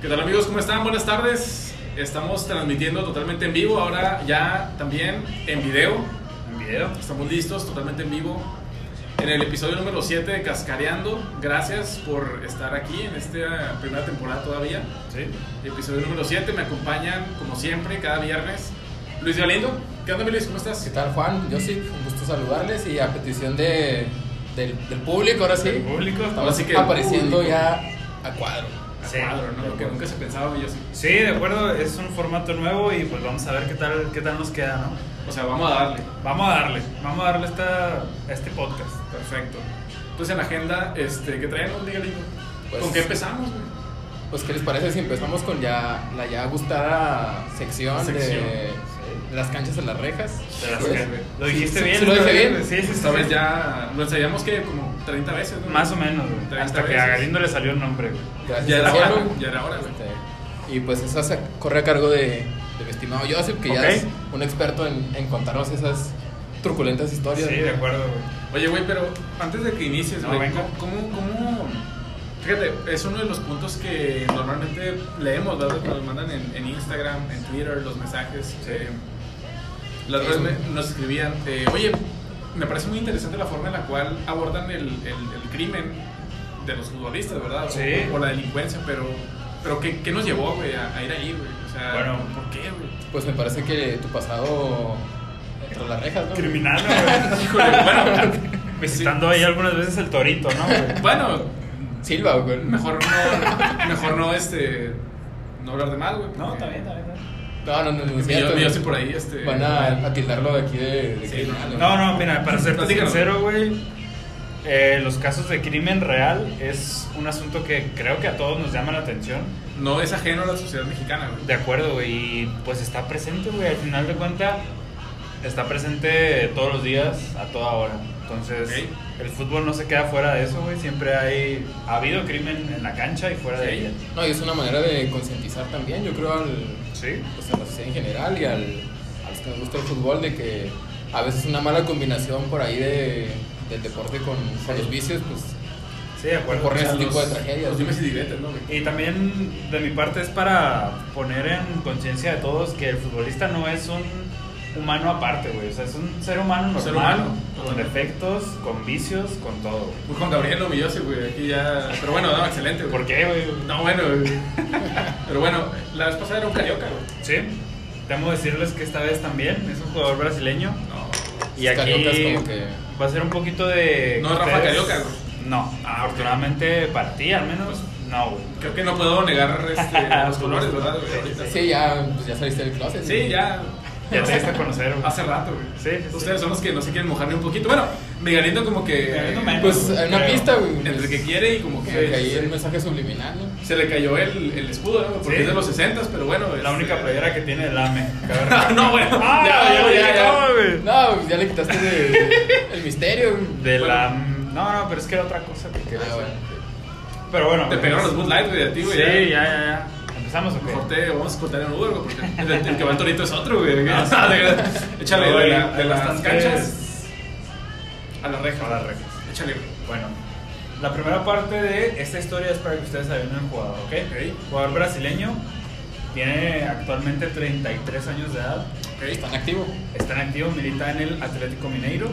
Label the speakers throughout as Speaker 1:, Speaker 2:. Speaker 1: ¿Qué tal amigos? ¿Cómo están? Buenas tardes. Estamos transmitiendo totalmente en vivo, ahora ya también en video.
Speaker 2: Un video.
Speaker 1: Estamos listos, totalmente en vivo. En el episodio número 7 de Cascareando, gracias por estar aquí en esta primera temporada todavía.
Speaker 2: Sí.
Speaker 1: Episodio número 7, me acompañan como siempre cada viernes. Luis Galindo, ¿qué onda mi Luis? ¿Cómo
Speaker 3: ¿Qué
Speaker 1: estás?
Speaker 3: tal Juan? Yo sí, un gusto saludarles y a petición de, del, del público ahora sí.
Speaker 2: El público.
Speaker 3: Estamos
Speaker 1: Así que-
Speaker 3: apareciendo
Speaker 1: público.
Speaker 3: ya a cuadro.
Speaker 2: Sí.
Speaker 1: Cuadro, ¿no? Lo que nunca se pensaba, yo sí.
Speaker 2: Sí, de acuerdo, es un formato nuevo y pues vamos a ver qué tal, qué tal nos queda, ¿no?
Speaker 1: O sea, vamos a darle.
Speaker 2: Vamos a darle, vamos a darle esta, a este podcast.
Speaker 1: Perfecto. Entonces en la agenda, este, ¿qué traemos, Luis Galindo?
Speaker 3: Pues-
Speaker 1: ¿Con qué empezamos? güey?
Speaker 3: Pues qué les parece si empezamos con ya la ya gustada sección,
Speaker 1: Sección,
Speaker 3: de, de las canchas en las rejas.
Speaker 2: De las
Speaker 3: Pues,
Speaker 2: que- lo dijiste
Speaker 3: sí,
Speaker 2: bien.
Speaker 3: sí, lo dije bien.
Speaker 2: Sí, sí, sí,
Speaker 1: Esta
Speaker 2: sí.
Speaker 1: vez ya lo ensayamos que como 30 veces, ¿no?
Speaker 2: Más o menos, güey.
Speaker 1: 30
Speaker 2: Hasta que
Speaker 1: veces.
Speaker 2: a Galindo le salió el nombre, güey.
Speaker 3: gracias
Speaker 1: Ya era
Speaker 3: al cielo.
Speaker 1: hora, ya era hora, güey.
Speaker 3: Este, Y pues esa se corre a cargo de, de mi estimado Joseph, que
Speaker 2: Ok.
Speaker 3: ya es un experto en, en contarnos esas truculentas
Speaker 2: Sí,
Speaker 3: historias.
Speaker 2: de acuerdo, güey.
Speaker 1: Oye, güey, pero antes de que inicies,
Speaker 2: No,
Speaker 1: güey,
Speaker 2: venga.
Speaker 1: ¿cómo, cómo- Fíjate, es uno de los puntos que normalmente leemos, ¿verdad? Nos mandan en, en Instagram, en Twitter, los mensajes. eh, la otra vez me- nos escribían, eh, oye, me parece muy interesante la forma en la cual abordan el, el- el crimen de los futbolistas, ¿verdad? O-
Speaker 2: Sí.
Speaker 1: O, la delincuencia, pero, pero ¿qué, qué nos llevó, güey, a, a ir ahí, güey? O sea,
Speaker 2: Bueno.
Speaker 1: ¿por qué, güey?
Speaker 3: Pues me parece que tu pasado entre las rejas, ¿no?
Speaker 2: Criminal, güey.
Speaker 1: Híjole, bueno,
Speaker 2: Visitando ahí algunas veces el torito, ¿no? güey?
Speaker 1: bueno,
Speaker 3: Silva, güey.
Speaker 1: Mejor no, mejor no, este, no hablar de mal, güey.
Speaker 2: No, está bien, está bien, está bien.
Speaker 3: No, no, no, no. es
Speaker 1: Mi-
Speaker 3: cierto.
Speaker 1: mi- yo sí por ahí, este-
Speaker 3: Van a, a tildarlo de aquí de, de
Speaker 1: Sí, no,
Speaker 3: criminal,
Speaker 2: No, no, mira, para ser
Speaker 1: Platícanos.
Speaker 2: sincero, güey, eh, los casos de crimen real es un asunto que creo que a todos nos llama la atención.
Speaker 1: No es ajeno a la sociedad mexicana, güey.
Speaker 2: De acuerdo, güey, y pues está presente, güey, al final de cuenta está presente todos los días, a toda hora. Entonces,
Speaker 1: Ok.
Speaker 2: el fútbol no se queda fuera de eso, güey, siempre hay ha habido crimen en la cancha y fuera de
Speaker 1: Sí.
Speaker 2: ella.
Speaker 3: No, y es una manera de concientizar también, yo creo, al,
Speaker 2: Sí.
Speaker 3: pues, a la sociedad en general y al, a los que nos gusta el fútbol, de que a veces una mala combinación por ahí de, del deporte con, con los vicios, pues
Speaker 2: Sí, de acuerdo.
Speaker 3: Ocurre
Speaker 2: O sea,
Speaker 3: ese
Speaker 2: los-
Speaker 3: tipo de tragedias,
Speaker 1: Los
Speaker 3: güey.
Speaker 1: dimes y diretes, ¿no, güey?
Speaker 2: Y también de mi parte es para poner en conciencia de todos que el futbolista no es un humano aparte, güey. O sea, es un ser humano
Speaker 1: Un
Speaker 2: normal,
Speaker 1: ser humano.
Speaker 2: con defectos, con vicios, con todo, güey.
Speaker 1: Muy Pues Juan Gabriel lo humilló, sí, güey, aquí ya... Pero bueno, no, excelente, güey.
Speaker 2: ¿Por qué, güey?
Speaker 1: No, bueno, güey. Pero bueno, la vez pasada era un carioca, güey.
Speaker 2: Sí. Tengo que decirles que esta vez también es un jugador brasileño.
Speaker 1: No.
Speaker 2: Y
Speaker 3: Los
Speaker 2: aquí
Speaker 3: cariocas como que-
Speaker 2: va a ser un poquito de...
Speaker 1: No es Rafa Carioca, güey.
Speaker 2: No, afortunadamente para ti al menos, no, güey.
Speaker 1: Creo que no puedo negar este, los colores, ¿verdad, güey?
Speaker 2: Sí,
Speaker 1: Ahorita.
Speaker 3: sí, ya, pues, ya saliste del closet.
Speaker 1: Sí, ya.
Speaker 2: Ya te diste a conocer, güey.
Speaker 1: Hace rato, güey.
Speaker 2: Sí, sí, sí.
Speaker 1: Ustedes son los que no se quieren mojar ni un poquito. Bueno, Miguelito como que...
Speaker 2: Miguelito menos.
Speaker 3: Pues hay una
Speaker 2: Creo.
Speaker 3: pista, güey. pues,
Speaker 1: Entre que quiere y como que...
Speaker 3: Como que ahí
Speaker 1: sí.
Speaker 3: el mensaje subliminal, ¿no?
Speaker 1: Se le cayó el, el escudo, ¿no? Porque
Speaker 2: Sí.
Speaker 1: es de los 60, pero bueno.
Speaker 2: La
Speaker 1: este-
Speaker 2: única playera que tiene el AME. cabe
Speaker 1: No,
Speaker 2: recalcar.
Speaker 1: no, bueno.
Speaker 2: Ah,
Speaker 1: ya, ya, ya, ya.
Speaker 2: no, güey.
Speaker 3: No, pues, ya le quitaste de- el misterio, güey.
Speaker 2: De
Speaker 1: Bueno.
Speaker 2: la. No, no, pero es que era otra cosa que quería
Speaker 3: Ah,
Speaker 2: hacer.
Speaker 3: bueno.
Speaker 2: Pero bueno.
Speaker 1: Te
Speaker 2: güey,
Speaker 1: pegaron
Speaker 2: pues,
Speaker 1: los Bud Light, güey, a ti, güey.
Speaker 2: Sí, ya, ya, ya. Empezamos, ok.
Speaker 1: Mejor te vamos a cortar en Uber, güey, porque el, el que va al torito es otro, güey.
Speaker 2: Ah, sí.
Speaker 1: Échale,
Speaker 2: No,
Speaker 1: de,
Speaker 2: güey,
Speaker 1: la- de
Speaker 2: hay
Speaker 1: las
Speaker 2: bastantes-
Speaker 1: canchas a la
Speaker 2: A
Speaker 1: reja.
Speaker 2: las rejas.
Speaker 1: Échale, güey.
Speaker 2: Bueno. La primera parte de esta historia es para que ustedes adivinen el jugador, ¿ok?
Speaker 1: Ok.
Speaker 2: Jugador brasileño. Tiene actualmente 33 años de edad.
Speaker 1: Ok.
Speaker 3: Están activo.
Speaker 2: Está en activo, milita en el Atlético Mineiro.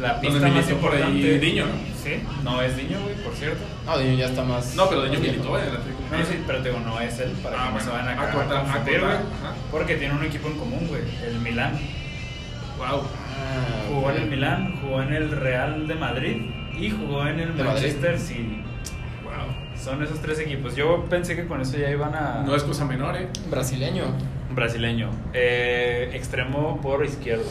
Speaker 2: La
Speaker 1: Donde
Speaker 2: pista más
Speaker 1: militó por ahí
Speaker 2: importante.
Speaker 1: Diño, ¿no?
Speaker 2: Sí, no es Diño, güey, por cierto.
Speaker 3: No, Diño ya está más.
Speaker 1: No, pero de
Speaker 3: más
Speaker 1: Ño
Speaker 3: viejo.
Speaker 1: militó eh. en el Atlético.
Speaker 2: No, sí, pero te digo, no es él, para
Speaker 1: Ah,
Speaker 2: que
Speaker 1: bueno.
Speaker 2: no se vayan a,
Speaker 1: Ah, corta, ah,
Speaker 2: confundir,
Speaker 1: corta,
Speaker 2: güey,
Speaker 1: ajá.
Speaker 2: Porque tienen un equipo en común, güey, el Milán.
Speaker 1: Wow.
Speaker 3: Ah,
Speaker 2: Jugó en
Speaker 3: ok.
Speaker 2: el Milán, jugó en el Real de Madrid y jugó en el
Speaker 3: De Madrid.
Speaker 2: Manchester City.
Speaker 1: Wow.
Speaker 2: Son esos tres equipos. Yo pensé que con eso ya iban a...
Speaker 1: No es cosa menor, eh.
Speaker 3: Brasileño.
Speaker 2: Brasileño. Eh, extremo por izquierdo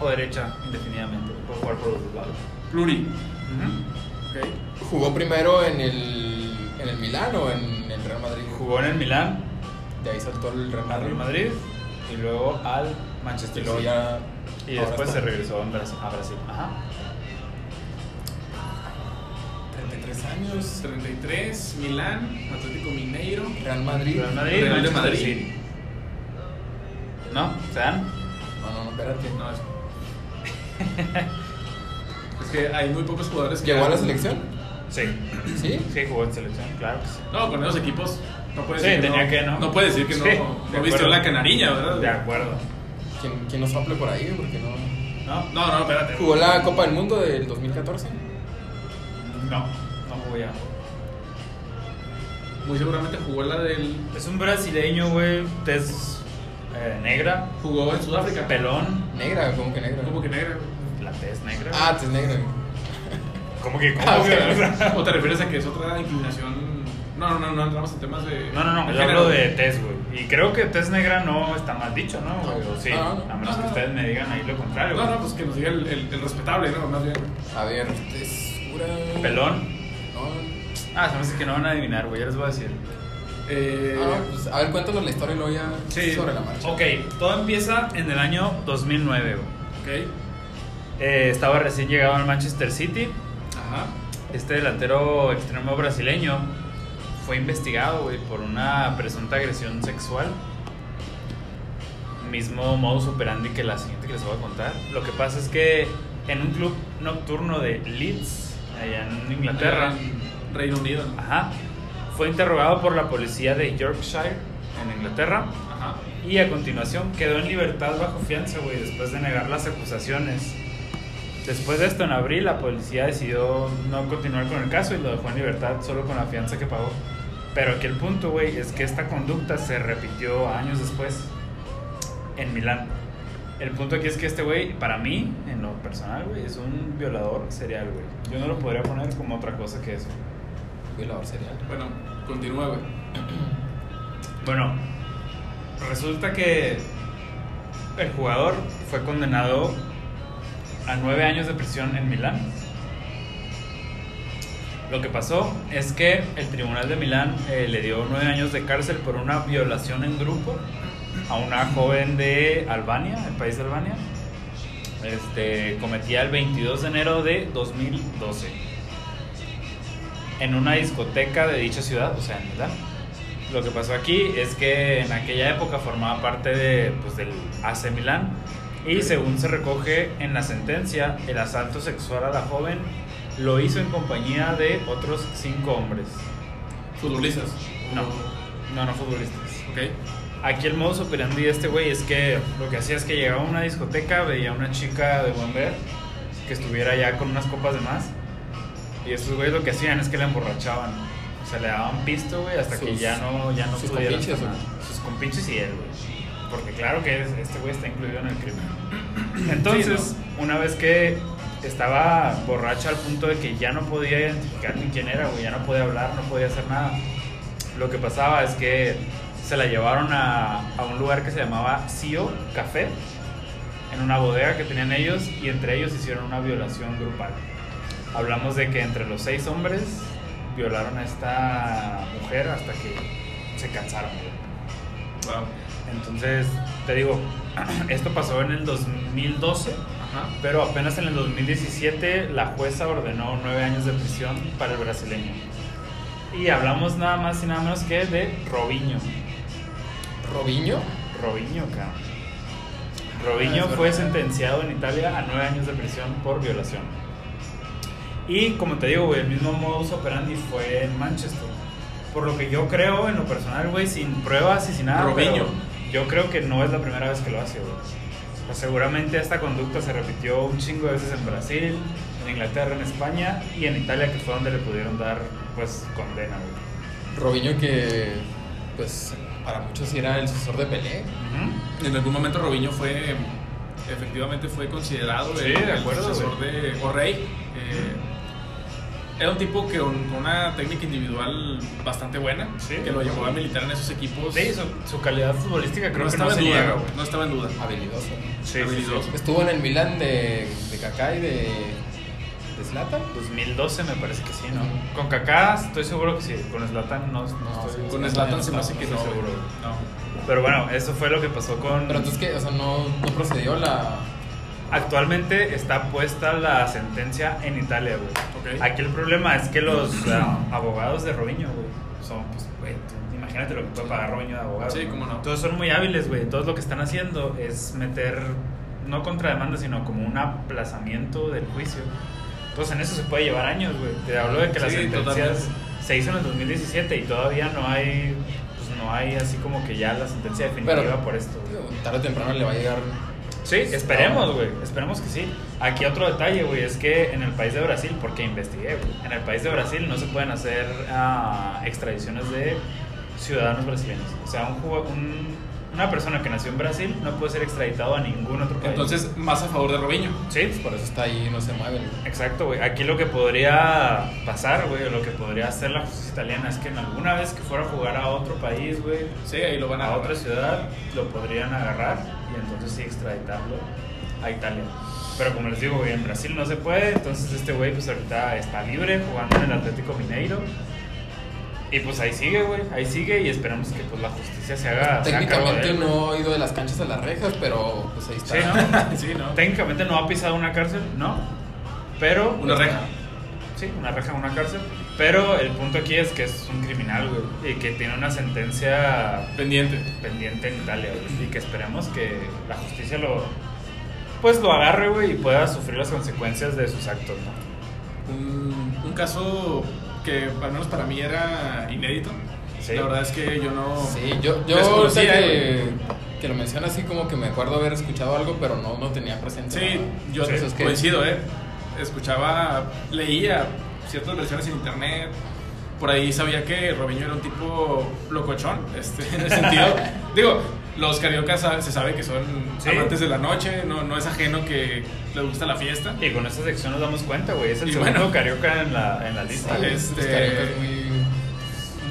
Speaker 2: o derecha, indefinidamente. Puede jugar por los dos lados.
Speaker 1: Pluri.
Speaker 2: Ujú.
Speaker 1: Ok.
Speaker 3: Jugó primero en el, en el Milán o en el Real Madrid.
Speaker 2: Jugó en el Milán,
Speaker 3: De ahí saltó el Real
Speaker 2: al
Speaker 3: Madrid.
Speaker 2: Real Madrid y luego al Manchester
Speaker 3: Y
Speaker 2: City.
Speaker 3: luego ya.
Speaker 2: Y
Speaker 3: ahora
Speaker 2: después
Speaker 3: está-
Speaker 2: se regresó a Brasil. A Brasil. Ajá.
Speaker 3: 33 años.
Speaker 1: 33, Milán, Atlético Mineiro.
Speaker 3: Real Madrid.
Speaker 2: Real Madrid,
Speaker 1: Real de
Speaker 2: Manchester
Speaker 1: Madrid.
Speaker 2: City. ¿No? ¿Se dan?
Speaker 3: No, Ah, no, no, espérate.
Speaker 1: No, es... es que hay muy pocos jugadores que...
Speaker 3: ¿Llegó a la
Speaker 1: han-
Speaker 3: selección?
Speaker 2: Sí.
Speaker 3: ¿Sí?
Speaker 2: Sí, jugó en selección, claro que sí.
Speaker 1: No, con esos equipos no puedes
Speaker 2: Sí,
Speaker 1: decir
Speaker 2: tenía
Speaker 1: no,
Speaker 2: que, ¿no?
Speaker 1: No puedes decir que
Speaker 2: Sí,
Speaker 1: no.
Speaker 2: de
Speaker 1: No viste
Speaker 2: acuerdo.
Speaker 1: la canariña, ¿verdad?
Speaker 2: De acuerdo.
Speaker 3: ¿Quién, quién nos sople por ahí? Porque no.
Speaker 2: ¿No?
Speaker 1: No, no, espérate.
Speaker 3: ¿Jugó la Copa del Mundo del 2014?
Speaker 2: No, no jugó ya.
Speaker 1: Muy seguramente jugó la del.
Speaker 2: Es un brasileño, güey, tez eh, negra,
Speaker 1: Jugó en Sudáfrica.
Speaker 2: pelón,
Speaker 3: Negra, ¿cómo que negra?
Speaker 1: Como que negra. güey.
Speaker 2: la tez negra.
Speaker 3: Ah, es negra.
Speaker 2: ¿Cómo que cómo?
Speaker 3: Ah,
Speaker 2: güey?
Speaker 3: ok.
Speaker 2: O sea,
Speaker 1: ¿O te refieres a que es otra inclinación? No, no, no, no entramos en temas de.
Speaker 2: No, no, no,
Speaker 1: de
Speaker 2: yo
Speaker 1: género.
Speaker 2: hablo de tez, güey. Y creo que tez negra no está mal dicho, ¿no? Ah, güey? O sí,
Speaker 3: No, no,
Speaker 2: a menos
Speaker 1: no,
Speaker 2: que
Speaker 1: no.
Speaker 2: ustedes me digan ahí lo contrario.
Speaker 1: No,
Speaker 2: güey.
Speaker 1: no, pues que nos diga el, el- el respetable, ¿no? Más bien.
Speaker 3: A ver, tesura.
Speaker 2: Pelón.
Speaker 3: No.
Speaker 2: Ah, se me hace que no van a adivinar, güey, ya les voy a decir.
Speaker 1: Eh,
Speaker 3: Ah, no, pues, a ver, cuéntanos la historia y luego ya
Speaker 1: Sí.
Speaker 3: sobre la marcha.
Speaker 2: Ok, todo empieza en el año 2009, güey.
Speaker 1: pues, ok.
Speaker 2: Eh, estaba recién llegado al Manchester City.
Speaker 1: Ajá.
Speaker 2: Este delantero extremo brasileño fue investigado güey, por una presunta agresión sexual. Mismo modus operandi que la siguiente que les voy a contar. Lo que pasa es que en un club nocturno de Leeds, allá en Inglaterra,
Speaker 1: En Reino Unido, ¿no?
Speaker 2: ajá, fue interrogado por la policía de Yorkshire, en Inglaterra,
Speaker 1: Ajá.
Speaker 2: y a continuación quedó en libertad bajo fianza, güey, después de negar las acusaciones. Después de esto, en abril, la policía decidió no continuar con el caso y lo dejó en libertad solo con la fianza que pagó. Pero aquí el punto, güey, es que esta conducta se repitió años después en Milán. El punto aquí es que este güey, para mí, en lo personal, güey, es un violador serial, güey. Yo no lo podría poner como otra cosa que eso.
Speaker 3: Violador serial.
Speaker 1: Bueno, continúa, güey.
Speaker 2: Bueno, resulta que el jugador fue condenado a nueve años de prisión en Milán. Lo que pasó es que el tribunal de Milán eh, le dio nueve años de cárcel por una violación en grupo a una joven de Albania, el país de Albania. Este, cometía el 22 de enero de 2012 en una discoteca de dicha ciudad, o sea, en Milán. Lo que pasó aquí es que en aquella época formaba parte de, pues, del AC Milán y según se recoge en la sentencia, el asalto sexual a la joven lo hizo en compañía de otros cinco hombres.
Speaker 1: Futbolistas.
Speaker 2: No, no, no futbolistas.
Speaker 1: Ok.
Speaker 2: Aquí el modus operandi de este güey es que lo que hacía es que llegaba a una discoteca, veía a una chica de buen ver que estuviera ya con unas copas de más. Y estos güeyes lo que hacían es que la emborrachaban. O sea, le daban pisto, güey, hasta que
Speaker 3: Sus-
Speaker 2: ya no, ya no
Speaker 3: sus
Speaker 2: pudieran
Speaker 3: compinches,
Speaker 2: hacer
Speaker 3: ¿o
Speaker 2: nada. Sus compinches y él, güey. Porque claro que es- este güey está incluido en el crimen. Entonces,
Speaker 1: Sí,
Speaker 2: una vez que estaba borracha al punto de que ya no podía identificar ni quién era, güey, ya no podía hablar, no podía hacer nada lo que pasaba es que se la llevaron a, a un lugar que se llamaba Sio Café, en una bodega que tenían ellos, y entre ellos hicieron una violación grupal. Hablamos de que entre los seis hombres violaron a esta mujer hasta que se cansaron. güey.
Speaker 1: Wow.
Speaker 2: Entonces, te digo, esto pasó en el 2012.
Speaker 1: Ajá.
Speaker 2: Pero apenas en el 2017 la jueza ordenó nueve años de prisión para el brasileño. Y hablamos nada más y nada menos que de Robinho.
Speaker 3: ¿Robiño?
Speaker 2: Robinho, cabrón. Robinho
Speaker 3: Ah, es
Speaker 2: fue
Speaker 3: verdad.
Speaker 2: sentenciado en Italia a nueve años de prisión por violación. Y como te digo, güey, el mismo modus operandi fue en Manchester. Por lo que yo creo, en lo personal, güey, sin pruebas y sin nada.
Speaker 1: Robinho.
Speaker 2: pero Yo creo que no es la primera vez que lo hace, güey. O sea, seguramente esta conducta se repitió un chingo de veces en Brasil, en Inglaterra, en España y en Italia, que fue donde le pudieron dar, pues, condena, güey.
Speaker 3: Robiño que, pues, para muchos era el sucesor de Pelé.
Speaker 2: Ujú.
Speaker 1: En algún momento Robinho fue, efectivamente fue considerado
Speaker 2: Sí,
Speaker 1: el,
Speaker 2: de
Speaker 1: el
Speaker 2: acuerdo,
Speaker 1: sucesor de o rey. Eh, era un tipo que con con una técnica individual bastante buena,
Speaker 2: Sí.
Speaker 1: que lo llevó a militar en esos equipos.
Speaker 2: Sí, su, su calidad futbolística creo
Speaker 1: no,
Speaker 2: que no
Speaker 1: estaba
Speaker 2: se
Speaker 1: en duda,
Speaker 2: niega, güey. Ah,
Speaker 1: no estaba en duda.
Speaker 3: Habilidoso.
Speaker 2: Sí,
Speaker 1: Habilidoso.
Speaker 2: sí,
Speaker 3: Estuvo en el Milan de, de Kaká y de. ¿De Zlatan?
Speaker 2: sí. 2012 me parece que sí, ¿no? Con Kaká estoy seguro que sí, con Zlatan no, no
Speaker 3: No,
Speaker 2: estoy
Speaker 3: sí.
Speaker 1: Con Slatan se me hace que
Speaker 2: No
Speaker 1: no.
Speaker 2: estoy
Speaker 1: güey.
Speaker 2: seguro.
Speaker 1: No.
Speaker 2: Pero bueno, eso fue lo que pasó con...
Speaker 3: Pero entonces, que, O sea, no, no procedió la.
Speaker 2: Actualmente está puesta la sentencia en Italia, güey.
Speaker 1: Ok.
Speaker 2: Aquí el problema es que los ah, abogados de Robinho, güey, son, pues, güey, tú- imagínate lo que puede pagar Robinho de abogado.
Speaker 1: Sí, cómo no.
Speaker 2: Todos son muy hábiles, güey. Entonces lo que están haciendo es meter, no contrademanda, sino como un aplazamiento del juicio Entonces en eso se puede llevar años, güey. Te hablo de que las
Speaker 1: Sí,
Speaker 2: sentencias
Speaker 1: totalmente.
Speaker 2: se hizo en el 2017 y todavía no hay, pues no hay así como que ya la sentencia definitiva
Speaker 3: Pero-
Speaker 2: por esto. güey.
Speaker 3: Digo, tarde o temprano le va a llegar.
Speaker 2: Sí, esperemos, güey. Esperemos que sí. Aquí otro detalle, güey, es que en el país de Brasil, porque investigué, güey, en el país de Brasil no se pueden hacer ah, extradiciones de ciudadanos brasileños. O sea, un, jugo- un- una persona que nació en Brasil no puede ser extraditado a ningún otro país.
Speaker 1: Entonces, más a favor de Robinho.
Speaker 2: sí, pues,
Speaker 3: Por eso está ahí y no se mueve. güey.
Speaker 2: Exacto, güey. Aquí lo que podría pasar, güey, o lo que podría hacer la justicia italiana es que en alguna vez que fuera a jugar a otro país, güey,
Speaker 1: Sí, ahí lo van a
Speaker 2: a
Speaker 1: agarrar.
Speaker 2: otra ciudad, lo podrían agarrar y entonces sí extraditarlo a Italia. Pero como les digo, güey, en Brasil no se puede, entonces este güey pues ahorita está libre jugando en el Atlético Mineiro. Y pues ahí sigue, güey, ahí sigue y esperamos que pues la justicia se haga. se haga
Speaker 1: ¿eh?
Speaker 2: cargo de
Speaker 3: Técnicamente
Speaker 2: él.
Speaker 3: no he ido de las canchas a las rejas, pero pues ahí está.
Speaker 2: Sí, ¿no?
Speaker 1: Sí, ¿no?
Speaker 2: Técnicamente no ha pisado una cárcel, ¿no? Pero... pues,
Speaker 1: Una reja.
Speaker 2: Sí, una reja, una cárcel. Pero el punto aquí es que es un criminal, güey. Y que tiene una sentencia
Speaker 1: Pendiente.
Speaker 2: pendiente en Italia, güey. Y que esperemos que la justicia lo... Pues lo agarre, güey, y pueda sufrir las consecuencias de sus actos, ¿no?
Speaker 1: Un, un caso que al menos para mí era inédito.
Speaker 2: Sí.
Speaker 1: La verdad es que yo no...
Speaker 3: Sí, yo, yo
Speaker 1: Desconocía,
Speaker 3: ahorita que,
Speaker 1: güey.
Speaker 3: que lo menciona así como que me acuerdo haber escuchado algo, pero no, no tenía presente.
Speaker 1: Sí,
Speaker 3: nada.
Speaker 1: yo
Speaker 3: Entonces, ¿qué?
Speaker 1: coincido, ¿eh? Escuchaba, leía ciertas versiones en internet. Por ahí sabía que Robinho era un tipo locochón, este, en el sentido. digo, los cariocas sa- se sabe que son
Speaker 2: Sí.
Speaker 1: amantes de la noche, no, no es ajeno que les gusta la fiesta.
Speaker 2: Y con esta sección nos damos cuenta, güey. Es el
Speaker 1: Y
Speaker 2: segundo
Speaker 1: bueno.
Speaker 2: carioca en la, en la
Speaker 3: Sí,
Speaker 2: lista.
Speaker 1: Ah,
Speaker 2: güey.
Speaker 1: es-
Speaker 3: los
Speaker 1: este-
Speaker 3: caricos muy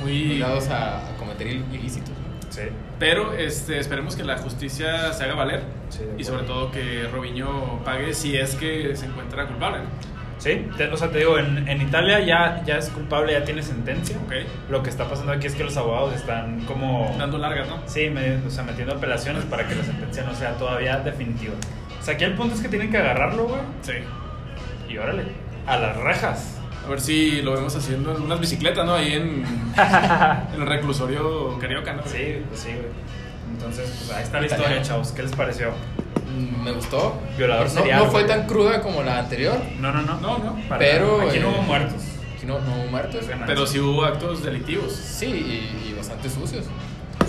Speaker 1: Muy.
Speaker 3: ligados a, a cometer il- ilícitos.
Speaker 2: Sí.
Speaker 1: Pero este, esperemos que la justicia se haga valer
Speaker 2: Sí, de
Speaker 1: y sobre todo que Robinho pague si es que se encuentra culpable.
Speaker 2: Sí, te- o sea, te digo, en, en Italia ya, ya es culpable, ya tiene sentencia.
Speaker 1: Ok.
Speaker 2: Lo que está pasando aquí es que los abogados están como...
Speaker 1: Dando largas, ¿no?
Speaker 2: Sí, me- o sea, metiendo apelaciones para que la sentencia no sea todavía definitiva. O sea, aquí el punto es que tienen que agarrarlo, güey.
Speaker 1: Sí.
Speaker 2: Y órale, a las rejas.
Speaker 1: A ver si lo vemos haciendo en unas bicicletas, ¿no? Ahí en, en el reclusorio carioca, ¿no?
Speaker 2: Sí, pues sí, güey. Entonces, pues ahí está la
Speaker 3: Italiano.
Speaker 2: historia, chavos. ¿Qué les pareció?
Speaker 3: Mm, Me gustó.
Speaker 2: Violador
Speaker 3: no,
Speaker 2: serial,
Speaker 3: No fue
Speaker 2: güey.
Speaker 3: tan cruda como la anterior.
Speaker 2: No, no, no.
Speaker 1: No, no.
Speaker 2: Para-
Speaker 3: Pero,
Speaker 2: Aquí no
Speaker 3: eh,
Speaker 2: hubo muertos.
Speaker 3: Aquí no, no hubo muertos.
Speaker 2: Es ganancia.
Speaker 1: Pero sí hubo actos delictivos.
Speaker 3: Sí, y, y bastante sucios.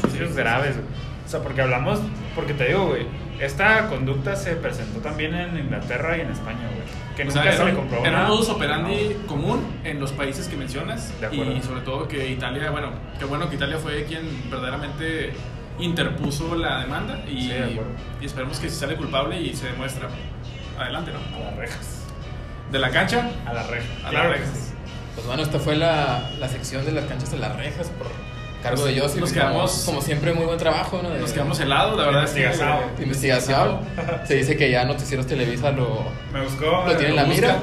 Speaker 2: Suicidios graves, güey. O sea, porque hablamos, porque te digo, güey, esta conducta se presentó también en Inglaterra y en España, güey. Que
Speaker 1: O
Speaker 2: nunca
Speaker 1: sea,
Speaker 2: se
Speaker 1: era,
Speaker 2: le
Speaker 1: un-
Speaker 2: comprobó.
Speaker 1: era un
Speaker 2: nada.
Speaker 1: modus operandi común en los países que mencionas.
Speaker 2: De acuerdo.
Speaker 1: Y sobre todo que Italia, bueno, qué bueno que Italia fue quien verdaderamente interpuso la demanda. Y,
Speaker 2: Sí, de acuerdo.
Speaker 1: y esperemos que si sale culpable y se demuestra, adelante,
Speaker 2: No,
Speaker 1: ¿no?
Speaker 2: A las rejas.
Speaker 1: De la cancha
Speaker 2: A las rejas.
Speaker 1: a
Speaker 2: Claro
Speaker 1: la
Speaker 2: que
Speaker 1: reja.
Speaker 2: sí.
Speaker 3: Pues bueno, esta fue la, la sección de las canchas de las rejas por cargo de Joseph.
Speaker 1: Nos
Speaker 3: Como-
Speaker 1: quedamos-
Speaker 3: Como, siempre, muy buen trabajo, ¿no? De-
Speaker 1: Nos quedamos helados, la verdad es que.
Speaker 2: Investigazao.
Speaker 3: Investigación. Se dice que ya Noticieros Televisa lo,
Speaker 2: Me buscó.
Speaker 3: lo tiene en la mira.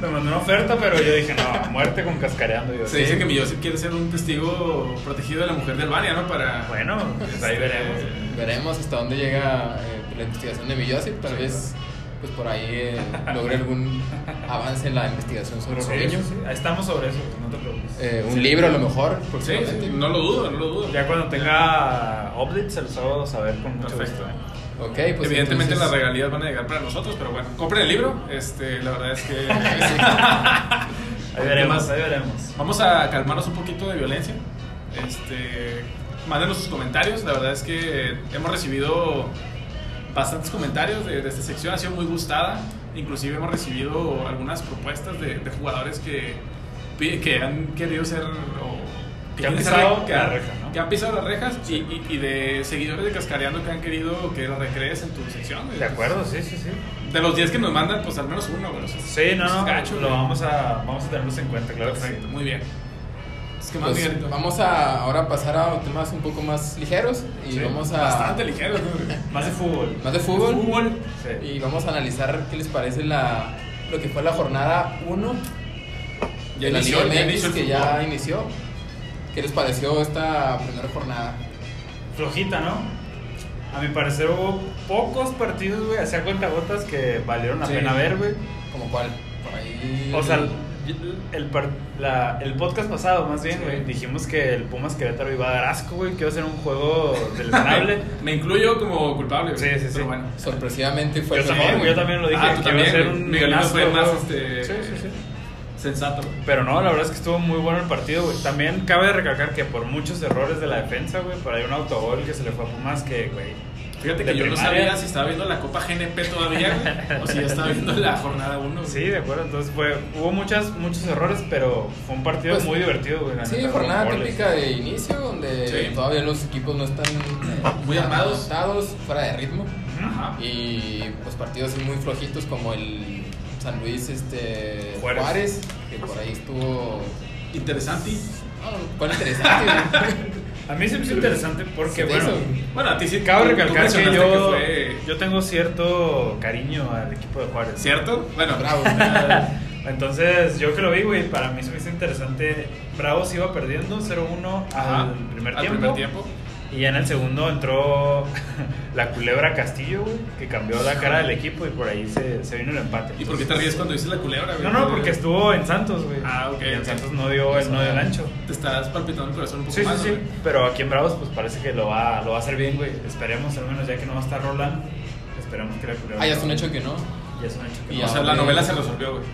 Speaker 2: Me mandó una oferta, pero yo dije, no, a muerte con cascareando. Yo,
Speaker 1: Se dice que mi Joseph quiere ser un testigo protegido de la mujer de Albania, ¿no? Para.
Speaker 2: Bueno, pues ahí veremos.
Speaker 3: Veremos hasta dónde llega eh, la investigación de mi Joseph. Tal vez pues por ahí eh, logre algún avance en la investigación sobre
Speaker 2: Sí,
Speaker 3: Robinho.
Speaker 2: sí, ahí Estamos sobre eso, no te preocupes.
Speaker 3: Eh, un libro a lo mejor.
Speaker 1: Pues Sí,
Speaker 3: próximamente.
Speaker 1: sí, no lo dudo, no lo dudo.
Speaker 2: Ya cuando tenga updates, se los hago saber con mucho
Speaker 1: Perfecto.
Speaker 2: gusto. ¿eh?
Speaker 3: Ok, pues
Speaker 1: Evidentemente
Speaker 3: entonces-
Speaker 1: las regalías van a llegar para nosotros, pero bueno, compren el libro. Este, la verdad es que
Speaker 2: Ahí
Speaker 1: ¿Qué más?
Speaker 2: veremos, ahí veremos.
Speaker 1: vamos a calmarnos un poquito de violencia. Este, mándenos sus comentarios. La verdad es que hemos recibido bastantes comentarios de, de esta sección, ha sido muy gustada. Inclusive hemos recibido algunas propuestas de, de jugadores que, pi- que han querido ser o
Speaker 2: Que han
Speaker 1: quieren ser-
Speaker 2: pisado
Speaker 1: que
Speaker 2: la
Speaker 1: han-
Speaker 2: reja, ¿no?
Speaker 1: que han pisado las rejas y, y- y de seguidores de Cascareando que han querido que las recrees en tu sección.
Speaker 2: De acuerdo, sí, sí, sí.
Speaker 1: De los 10 que nos mandan, pues al menos uno, güey. o sea,
Speaker 2: Sí, no, no,
Speaker 1: es gacho,
Speaker 2: lo
Speaker 1: güey.
Speaker 2: vamos a, vamos a tenerlos en cuenta, claro que sí.
Speaker 1: Perfecto, muy bien. Es que más
Speaker 3: Pues,
Speaker 1: Miguelito.
Speaker 3: vamos a ahora pasar a temas un poco más ligeros y
Speaker 2: Sí,
Speaker 3: vamos a
Speaker 1: Bastante ligero, güey.
Speaker 2: Más de fútbol.
Speaker 3: más de fútbol,
Speaker 1: Fútbol.
Speaker 2: Sí.
Speaker 3: y vamos a analizar qué les parece la lo que fue la jornada 1
Speaker 1: Ya
Speaker 3: de la
Speaker 1: inició,
Speaker 3: Liga
Speaker 1: ya
Speaker 3: MX
Speaker 1: inició el
Speaker 3: que
Speaker 1: fútbol.
Speaker 3: ya inició. ¿Qué les pareció esta primera jornada?
Speaker 2: Flojita, ¿no? A mi parecer hubo pocos partidos, güey, hacía cuentagotas que valieron la
Speaker 1: Sí.
Speaker 2: pena ver, güey.
Speaker 3: Como cuál por ahí
Speaker 2: O sea, el, par- la- el podcast pasado, más bien,
Speaker 1: Sí.
Speaker 2: güey, dijimos que el Pumas Querétaro iba a dar asco, güey, que iba a ser un juego deleznable.
Speaker 1: Me incluyo como culpable, güey.
Speaker 2: Sí, sí, sí.
Speaker 1: Pero bueno. Pues,
Speaker 3: sorpresivamente fue
Speaker 2: yo
Speaker 3: el
Speaker 2: también,
Speaker 3: mejor,
Speaker 2: güey, yo también lo dije,
Speaker 1: Ah, tú
Speaker 2: que iba a
Speaker 1: también,
Speaker 2: ser
Speaker 1: güey.
Speaker 2: un
Speaker 1: Miguelito
Speaker 2: asco,
Speaker 1: fue más,
Speaker 2: güey.
Speaker 1: este,
Speaker 2: Sí, sí,
Speaker 1: sensato, güey.
Speaker 2: Pero no, la verdad es que estuvo muy bueno el partido, güey. También cabe recalcar que por muchos errores de la defensa, güey, por ahí un autogol que se le fue a Pumas que, güey.
Speaker 1: Fíjate
Speaker 2: de
Speaker 1: que yo no
Speaker 2: primaria.
Speaker 1: sabía si estaba viendo la Copa GNP todavía güey, o si ya estaba viendo la jornada 1.
Speaker 2: Sí, de acuerdo. Entonces fue, hubo muchas, muchos errores, pero fue un partido
Speaker 3: Pues,
Speaker 2: muy divertido, güey. la
Speaker 3: Sí,
Speaker 2: neta,
Speaker 3: jornada
Speaker 2: con goles.
Speaker 3: típica de inicio donde
Speaker 1: Sí.
Speaker 3: todavía los equipos no están
Speaker 1: Muy armados.
Speaker 3: adaptados, fuera de ritmo.
Speaker 1: Ajá.
Speaker 3: Y pues partidos muy flojitos como el San Luis este,
Speaker 2: Juárez.
Speaker 3: Juárez. que por ahí estuvo.
Speaker 1: Interesante.
Speaker 3: Ah, ¿Cuál interesante? güey.
Speaker 2: A mí se me hizo interesante porque,
Speaker 3: Se te
Speaker 2: bueno,
Speaker 3: hizo.
Speaker 1: Bueno, a ti sí.
Speaker 2: cabe
Speaker 1: tú- tú
Speaker 2: recalcar que
Speaker 1: mencionaste
Speaker 2: yo,
Speaker 1: que fue-
Speaker 2: yo tengo cierto cariño al equipo de Juárez.
Speaker 1: ¿Cierto? Bueno,
Speaker 3: Bravo.
Speaker 2: Entonces, yo que lo vi, güey, para mí se me hizo interesante. Bravos iba perdiendo 0-1
Speaker 1: Ajá.
Speaker 2: al, primer,
Speaker 1: al
Speaker 2: tiempo,
Speaker 1: primer tiempo.
Speaker 2: Y ya en el segundo entró la culebra Castillo, güey, que cambió la cara del equipo y por ahí se, se vino el empate.
Speaker 1: ¿Y por qué te ríes cuando dices la culebra, güey?
Speaker 2: No, no, porque estuvo en Santos, güey.
Speaker 1: Ah, ok,
Speaker 2: Y en
Speaker 1: ok.
Speaker 2: Santos no dio, el- no dio el ancho.
Speaker 1: Te estás palpitando el corazón un poco
Speaker 2: Sí, sí,
Speaker 1: más.
Speaker 2: sí.
Speaker 1: güey.
Speaker 2: Pero aquí en Bravos, pues parece que lo va, lo va a hacer bien, güey. Esperemos, al menos ya que no va a estar Roland, esperemos que la culebra.
Speaker 3: Ah, ya es un hecho que no.
Speaker 2: Ya es un hecho que
Speaker 3: Y
Speaker 2: no.
Speaker 1: O sea, la
Speaker 3: ahora-
Speaker 1: novela se resolvió, güey.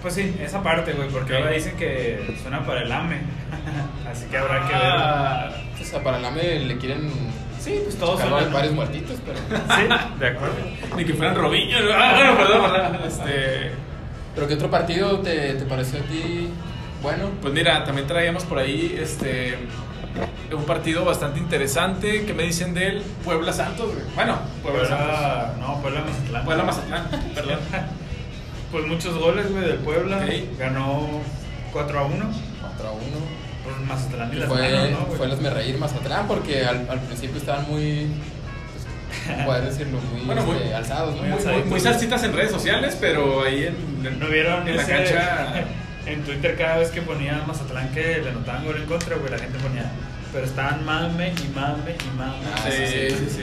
Speaker 2: Pues sí, esa parte, güey, porque
Speaker 1: Ok.
Speaker 2: ahora dicen que suena para el AME. Así que habrá que ver.
Speaker 1: Ah,
Speaker 3: O sea, para la AME le quieren.
Speaker 2: Sí, pues todos
Speaker 3: sacar
Speaker 2: suenan.
Speaker 3: varios muertitos, pero.
Speaker 2: Sí, de acuerdo.
Speaker 1: Ni que fueran Robinho. güey. Ah, bueno, perdón, perdón. Este,
Speaker 3: ¿Pero qué otro partido te, te pareció a ti bueno?
Speaker 1: pues mira, también traíamos por ahí este, un partido bastante interesante. que me dicen del Puebla Santos? güey? Bueno, Puebla Santos.
Speaker 2: Puebla, no, Puebla Mazatlán.
Speaker 1: Puebla Mazatlán, perdón.
Speaker 2: Pues muchos goles, güey, del Puebla.
Speaker 1: Ok.
Speaker 2: Ganó 4 a 1.
Speaker 3: 4 a 1.
Speaker 2: Por Mazatlán y
Speaker 3: Y
Speaker 2: las
Speaker 3: fue,
Speaker 2: manos, ¿no? güey?
Speaker 3: fue el hazme reír más atrás porque al, al principio estaban muy, pues, poder decirlo, muy,
Speaker 1: Bueno, muy-
Speaker 3: este, alzados, ¿no?
Speaker 1: Muy,
Speaker 3: Muy-
Speaker 1: muy- muy salsitas en redes sociales, pero ahí en, en-
Speaker 2: ¿No vieron
Speaker 1: en la
Speaker 2: ese-
Speaker 1: cancha.
Speaker 2: En Twitter cada vez que ponía Mazatlán que le anotaban gol en contra, güey, la gente ponía. Pero estaban mame y mame y mame.
Speaker 3: Ah,
Speaker 1: sí, sí, sí.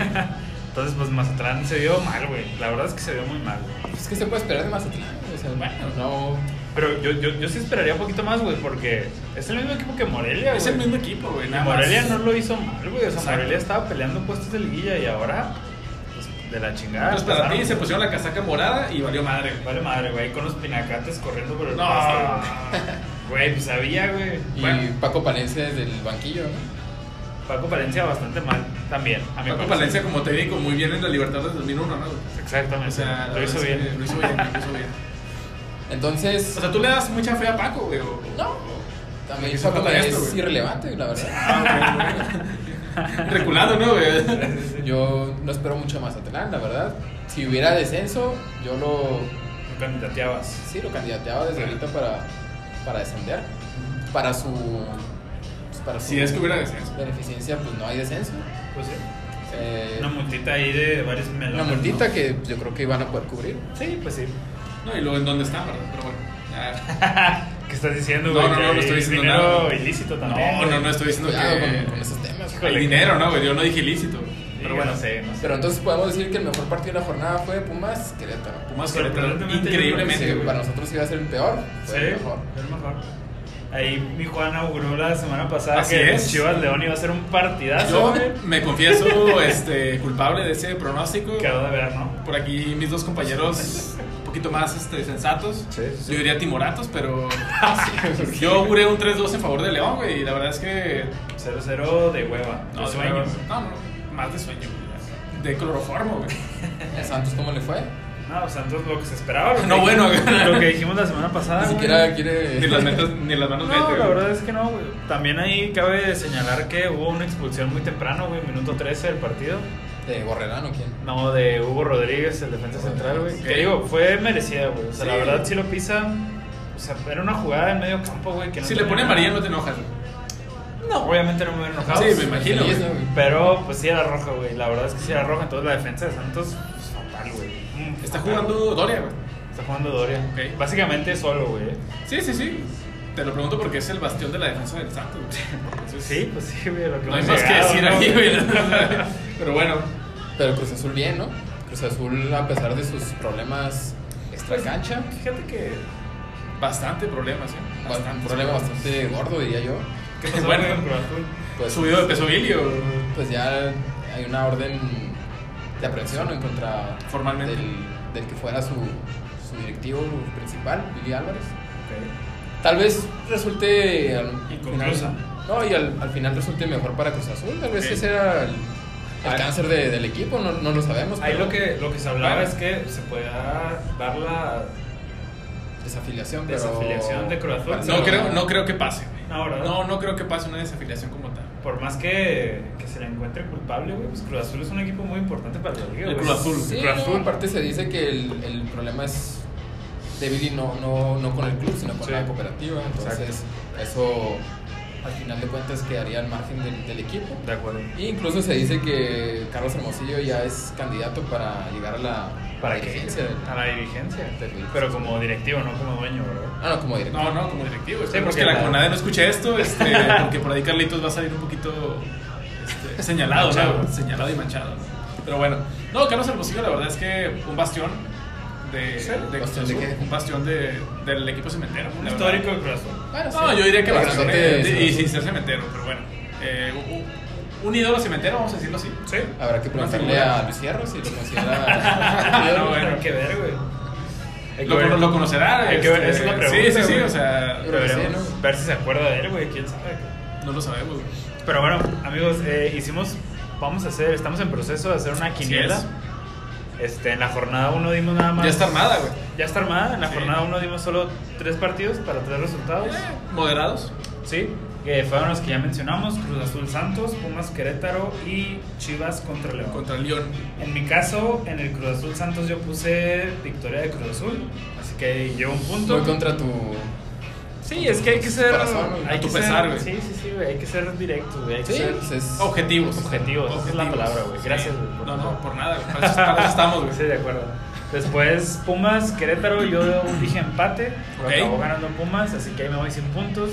Speaker 2: Entonces, pues Mazatlán se vio mal, güey. La verdad es que se vio muy mal, güey.
Speaker 3: Es que pues, se puede esperar de Mazatlán, o sea, bueno, no...
Speaker 2: Pero yo, yo, yo sí esperaría un poquito más, güey, porque es el mismo equipo que Morelia,
Speaker 1: Es
Speaker 2: güey.
Speaker 1: el mismo equipo, güey.
Speaker 2: Y
Speaker 1: nada
Speaker 2: Morelia
Speaker 1: más.
Speaker 2: no lo hizo mal, güey. O sea,
Speaker 1: Exacto.
Speaker 2: Morelia estaba peleando puestos de liguilla y ahora, pues, de la chingada.
Speaker 1: Pues para
Speaker 2: pasaron.
Speaker 1: ti se pusieron la casaca morada y valió madre. güey.
Speaker 2: Vale madre, güey, con los pinacates corriendo por el
Speaker 1: No.
Speaker 2: pasto, güey. Güey, pues sabía, güey.
Speaker 3: Y
Speaker 1: Bueno.
Speaker 3: Paco Palencia desde el banquillo, ¿no?
Speaker 2: Paco Palencia bastante mal también. A mi
Speaker 1: Paco
Speaker 2: parecer.
Speaker 1: Palencia como técnico muy bien en la Libertadores 2001, ¿no? güey?
Speaker 2: Exactamente.
Speaker 1: O sea, la
Speaker 2: lo hizo
Speaker 1: verdad es que
Speaker 2: bien.
Speaker 1: Lo hizo bien, lo hizo bien.
Speaker 3: Entonces,
Speaker 1: O sea, tú le das mucha fe a Paco, güey. o-
Speaker 3: No. también
Speaker 1: hizo
Speaker 3: Paco
Speaker 1: falta
Speaker 3: Palencia
Speaker 1: esto,
Speaker 3: es
Speaker 1: güey.
Speaker 3: irrelevante, la verdad.
Speaker 1: Ah, ok, güey. Reculado, ¿no, güey?
Speaker 3: Yo no espero mucho a Mazatlán, la verdad. Si hubiera descenso, yo lo
Speaker 2: Tú candidateabas.
Speaker 3: Sí, lo candidateaba desde ahorita para, para descender. Para su, pues, para su.
Speaker 1: Si es que hubiera descenso.
Speaker 3: Beneficencia, pues no hay descenso.
Speaker 2: Pues sí.
Speaker 3: Eh,
Speaker 2: Una multita ahí de varios melones.
Speaker 3: una multita
Speaker 2: ¿no?
Speaker 3: que yo creo que iban a poder cubrir.
Speaker 2: Sí, pues sí.
Speaker 1: No, y luego en dónde está, ¿verdad? Pero bueno. ya.
Speaker 2: ¿Qué estás diciendo,
Speaker 1: No,
Speaker 2: güey?
Speaker 1: no, no,
Speaker 2: Que
Speaker 1: no estoy
Speaker 2: hay
Speaker 1: diciendo
Speaker 2: dinero
Speaker 1: nada.
Speaker 2: ilícito también.
Speaker 1: No, no, no estoy diciendo
Speaker 3: Cuidado
Speaker 1: que.
Speaker 3: con, con esos temas.
Speaker 2: Híjole.
Speaker 1: El dinero, ¿no, güey? Yo no dije ilícito.
Speaker 2: Pero bueno, sé, no sé.
Speaker 3: Pero entonces podemos decir que el mejor partido de la jornada fue Pumas Querétaro.
Speaker 1: Pumas
Speaker 2: Sorprendentemente,
Speaker 1: increíblemente,
Speaker 3: Sí,
Speaker 1: güey.
Speaker 3: para nosotros iba a ser el peor.
Speaker 2: Sí,
Speaker 3: Fue el mejor.
Speaker 2: es mejor. Ahí mi Juan auguró la semana pasada
Speaker 1: Así
Speaker 2: que
Speaker 1: es.
Speaker 2: Chivas León iba a ser un partidazo.
Speaker 1: Yo
Speaker 2: güey.
Speaker 1: me confieso este, culpable de ese pronóstico.
Speaker 2: Quedó de ver, ¿no?
Speaker 1: Por aquí mis dos compañeros un poquito más este, sensatos.
Speaker 2: Sí, sí, sí.
Speaker 1: Yo diría timoratos, pero yo auguré un 3-2 en favor de León, güey. Y la verdad es que...
Speaker 2: 0-0 de hueva. No,
Speaker 1: No, de
Speaker 2: sueño.
Speaker 1: verdad, No, no, más de sueño, güey. De cloroformo, güey.
Speaker 3: ¿A Santos cómo le fue?
Speaker 1: Ah,
Speaker 2: No, o sea, entonces lo que se esperaba. lo que
Speaker 1: No, bueno, güey.
Speaker 2: Lo que dijimos la semana pasada.
Speaker 3: Ni
Speaker 2: güey.
Speaker 3: siquiera
Speaker 1: Ni
Speaker 3: quiere.
Speaker 1: las, metas, ni las manos mete,
Speaker 2: No, la
Speaker 1: güey.
Speaker 2: verdad es que no, güey. También ahí cabe señalar que hubo una expulsión muy temprano, güey, minuto 13 del partido.
Speaker 3: ¿De Borrerán o quién?
Speaker 2: No, de Hugo Rodríguez, el defensa central, güey. Que digo, fue merecida, güey. O sea, la
Speaker 1: Sí.
Speaker 2: verdad, si lo pisa. O sea, era una jugada en medio campo, güey. que no
Speaker 1: Si le
Speaker 2: tenía
Speaker 1: pone
Speaker 2: nada.
Speaker 1: amarilla no te enojas, güey.
Speaker 2: No, obviamente no me hubiera enojado.
Speaker 1: Sí, me imagino,
Speaker 3: Feliz,
Speaker 1: güey.
Speaker 3: ¿no, güey?
Speaker 2: Pero pues sí era roja, güey. La verdad es que sí era roja. Entonces la defensa de Santos, pues fatal, güey. Mm,
Speaker 1: Está
Speaker 2: fatal.
Speaker 1: jugando Doria, güey.
Speaker 2: Está jugando Doria.
Speaker 1: Ok.
Speaker 2: Básicamente solo, güey.
Speaker 1: Sí, sí, sí. Te lo pregunto porque es el bastión de la defensa del Santos, güey. Entonces,
Speaker 2: Sí, pues sí, güey. Lo que
Speaker 1: No hay
Speaker 2: hemos
Speaker 1: más que
Speaker 2: llegado,
Speaker 1: decir
Speaker 2: ¿no,
Speaker 1: aquí,
Speaker 2: güey?
Speaker 1: güey. Pero bueno,
Speaker 3: Pero Cruz Azul bien, ¿no? Cruz Azul, a pesar de sus problemas extra cancha,
Speaker 2: Fíjate que.
Speaker 1: bastante problemas, ¿eh?
Speaker 3: Bastante, un problema bastante gordo, diría yo.
Speaker 2: ¿Qué pasó
Speaker 1: Bueno.
Speaker 2: con Cruz Azul?
Speaker 3: Pues,
Speaker 1: Subido de peso Bilio,
Speaker 3: pues ya hay una orden de aprehensión en contra
Speaker 1: Formalmente.
Speaker 3: Del, del que fuera su, su directivo principal, Billy Álvarez.
Speaker 2: Ok.
Speaker 3: Tal vez resulte. Al
Speaker 1: Inconclusa.
Speaker 3: final- no, y al, al final resulte mejor para Cruz Azul. Tal vez
Speaker 1: Sí.
Speaker 3: ese era el, el
Speaker 2: Ahí-
Speaker 3: cáncer de- del equipo, no, no lo sabemos.
Speaker 2: Ah. Ahí
Speaker 3: pero-
Speaker 2: lo que, lo que se hablaba es que se pueda dar la...
Speaker 3: Desafiliación, pero.
Speaker 2: Desafiliación de Cruz Azul.
Speaker 1: No creo, no creo que pase. güey.
Speaker 2: No, ¿verdad?
Speaker 1: No, no creo que pase una desafiliación como tal.
Speaker 2: Por más que, que se le encuentre culpable, güey, pues Cruz Azul es un equipo muy importante para la liga,
Speaker 1: El
Speaker 2: güey.
Speaker 1: Cruz Azul.
Speaker 3: Sí,
Speaker 2: Cruz
Speaker 3: no,
Speaker 2: Azul.
Speaker 3: aparte se dice que el, el problema es débil y no, no, no con el club, sino con
Speaker 2: Sí.
Speaker 3: la cooperativa. Entonces, eso al final de cuentas quedaría al margen del, del equipo.
Speaker 2: De acuerdo.
Speaker 3: E incluso se dice que Carlos Hermosillo ya es candidato para llegar a la
Speaker 2: ¿Para qué?
Speaker 3: dirigencia del-
Speaker 1: Ah.
Speaker 2: A la dirigencia.
Speaker 3: Del-
Speaker 2: Pero como directivo, no como dueño, ¿verdad?
Speaker 3: Ah, no, como director.
Speaker 1: No, no, como directivo.
Speaker 2: Sí,
Speaker 1: Sí,
Speaker 2: porque
Speaker 1: que la
Speaker 2: la-
Speaker 1: CONADE no escuche esto, este, porque por ahí Carlitos va a salir un poquito este, señalado,
Speaker 2: Manchado.
Speaker 1: ¿no? Señalado y manchado. Pero bueno, no, Carlos Hermosillo, la verdad es que un bastión de.
Speaker 2: Sí.
Speaker 3: ¿Bastión de
Speaker 1: Cruz Azul,
Speaker 3: qué?
Speaker 1: Un bastión de- del equipo cementero.
Speaker 2: Un
Speaker 1: la
Speaker 2: histórico
Speaker 1: verdad.
Speaker 2: de Cruz Azul.
Speaker 3: Bueno,
Speaker 1: No,
Speaker 3: sí.
Speaker 1: yo diría que
Speaker 3: El
Speaker 1: bastión.
Speaker 3: grandote
Speaker 1: eh,
Speaker 3: es-
Speaker 1: y sin ser cementero, pero bueno. eh, un, un ídolo cementero, vamos a decirlo así.
Speaker 2: Sí.
Speaker 3: Habrá que preguntarle
Speaker 1: figura.
Speaker 3: a Luis Fierro si lo considera.
Speaker 1: Ah, no, bueno.
Speaker 2: Ah, Hay que ver, güey. Hay que
Speaker 1: Lo,
Speaker 2: ver.
Speaker 1: cono- lo conocerá.
Speaker 2: Hay que ver,
Speaker 1: este,
Speaker 2: esa es la pregunta.
Speaker 1: Sí, sí, sí,
Speaker 2: güey.
Speaker 1: o sea,
Speaker 3: Yo creo que sí,
Speaker 2: Deberemos
Speaker 3: ¿no?
Speaker 2: ver si se acuerda de él, güey, quién sabe.
Speaker 1: no lo sabemos. güey.
Speaker 2: Pero bueno, amigos, eh, hicimos, vamos a hacer, estamos en proceso de hacer una quiniela.
Speaker 1: Así
Speaker 2: Este, en la jornada 1 dimos nada más.
Speaker 1: Ya está armada, güey.
Speaker 2: Ya está armada. En la
Speaker 1: Sí.
Speaker 2: jornada 1 dimos solo tres partidos para tres resultados.
Speaker 1: Eh. Moderados.
Speaker 2: Sí, que fueron los que ya mencionamos: Cruz Azul Santos, Pumas Querétaro y Chivas contra León.
Speaker 1: Contra el León.
Speaker 2: En mi caso, en el Cruz Azul Santos yo puse victoria de Cruz Azul, así que llevo un punto.
Speaker 3: Voy contra tu.
Speaker 2: Sí, es que hay que ser.
Speaker 3: Corazón, güey.
Speaker 2: hay
Speaker 1: A tu
Speaker 2: que
Speaker 1: pesar,
Speaker 2: ser-
Speaker 1: güey.
Speaker 2: Sí, sí, sí, güey, Hay que ser directo, güey. Hay que
Speaker 3: Sí,
Speaker 2: ser
Speaker 3: pues es-
Speaker 1: Objetivos.
Speaker 2: objetivos. Esa es la palabra, güey.
Speaker 1: Sí.
Speaker 2: Gracias, güey. por
Speaker 1: No,
Speaker 2: todo.
Speaker 1: no, por nada. güey. Para eso, para eso estamos, güey.
Speaker 2: Sí, de acuerdo. Después, Pumas, Querétaro, yo dije empate. pero
Speaker 1: Ok.
Speaker 2: Acabó ganando Pumas, así que ahí me voy sin puntos.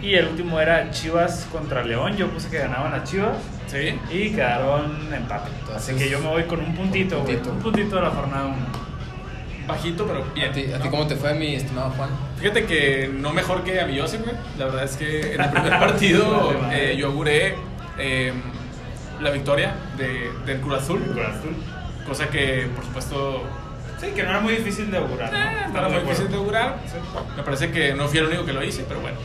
Speaker 2: Y el último era Chivas contra León. Yo puse que ganaban a Chivas
Speaker 1: Sí.
Speaker 2: y quedaron empate. así
Speaker 3: Entonces,
Speaker 2: que yo me voy con un puntito,
Speaker 3: un
Speaker 2: güey.
Speaker 3: puntito.
Speaker 2: Un puntito de la jornada 1.
Speaker 1: Bajito, pero bien.
Speaker 3: ¿A ti, a ti
Speaker 1: ¿no?
Speaker 3: cómo te fue, mi estimado Juan?
Speaker 1: Fíjate que no mejor que a mi Joseph, güey. La verdad es que en el primer partido
Speaker 2: Vale, vale.
Speaker 1: eh, yo auguré eh, la victoria de, del Cruz Azul. Cosa que, por supuesto,
Speaker 2: Sí, que no era muy difícil de augurar. Ah, ¿no?
Speaker 1: eh,
Speaker 2: Estamos
Speaker 1: no era
Speaker 2: de
Speaker 1: muy difícil de
Speaker 2: acuerdo.
Speaker 1: augurar. Me parece que no fui el único que lo hice, pero bueno.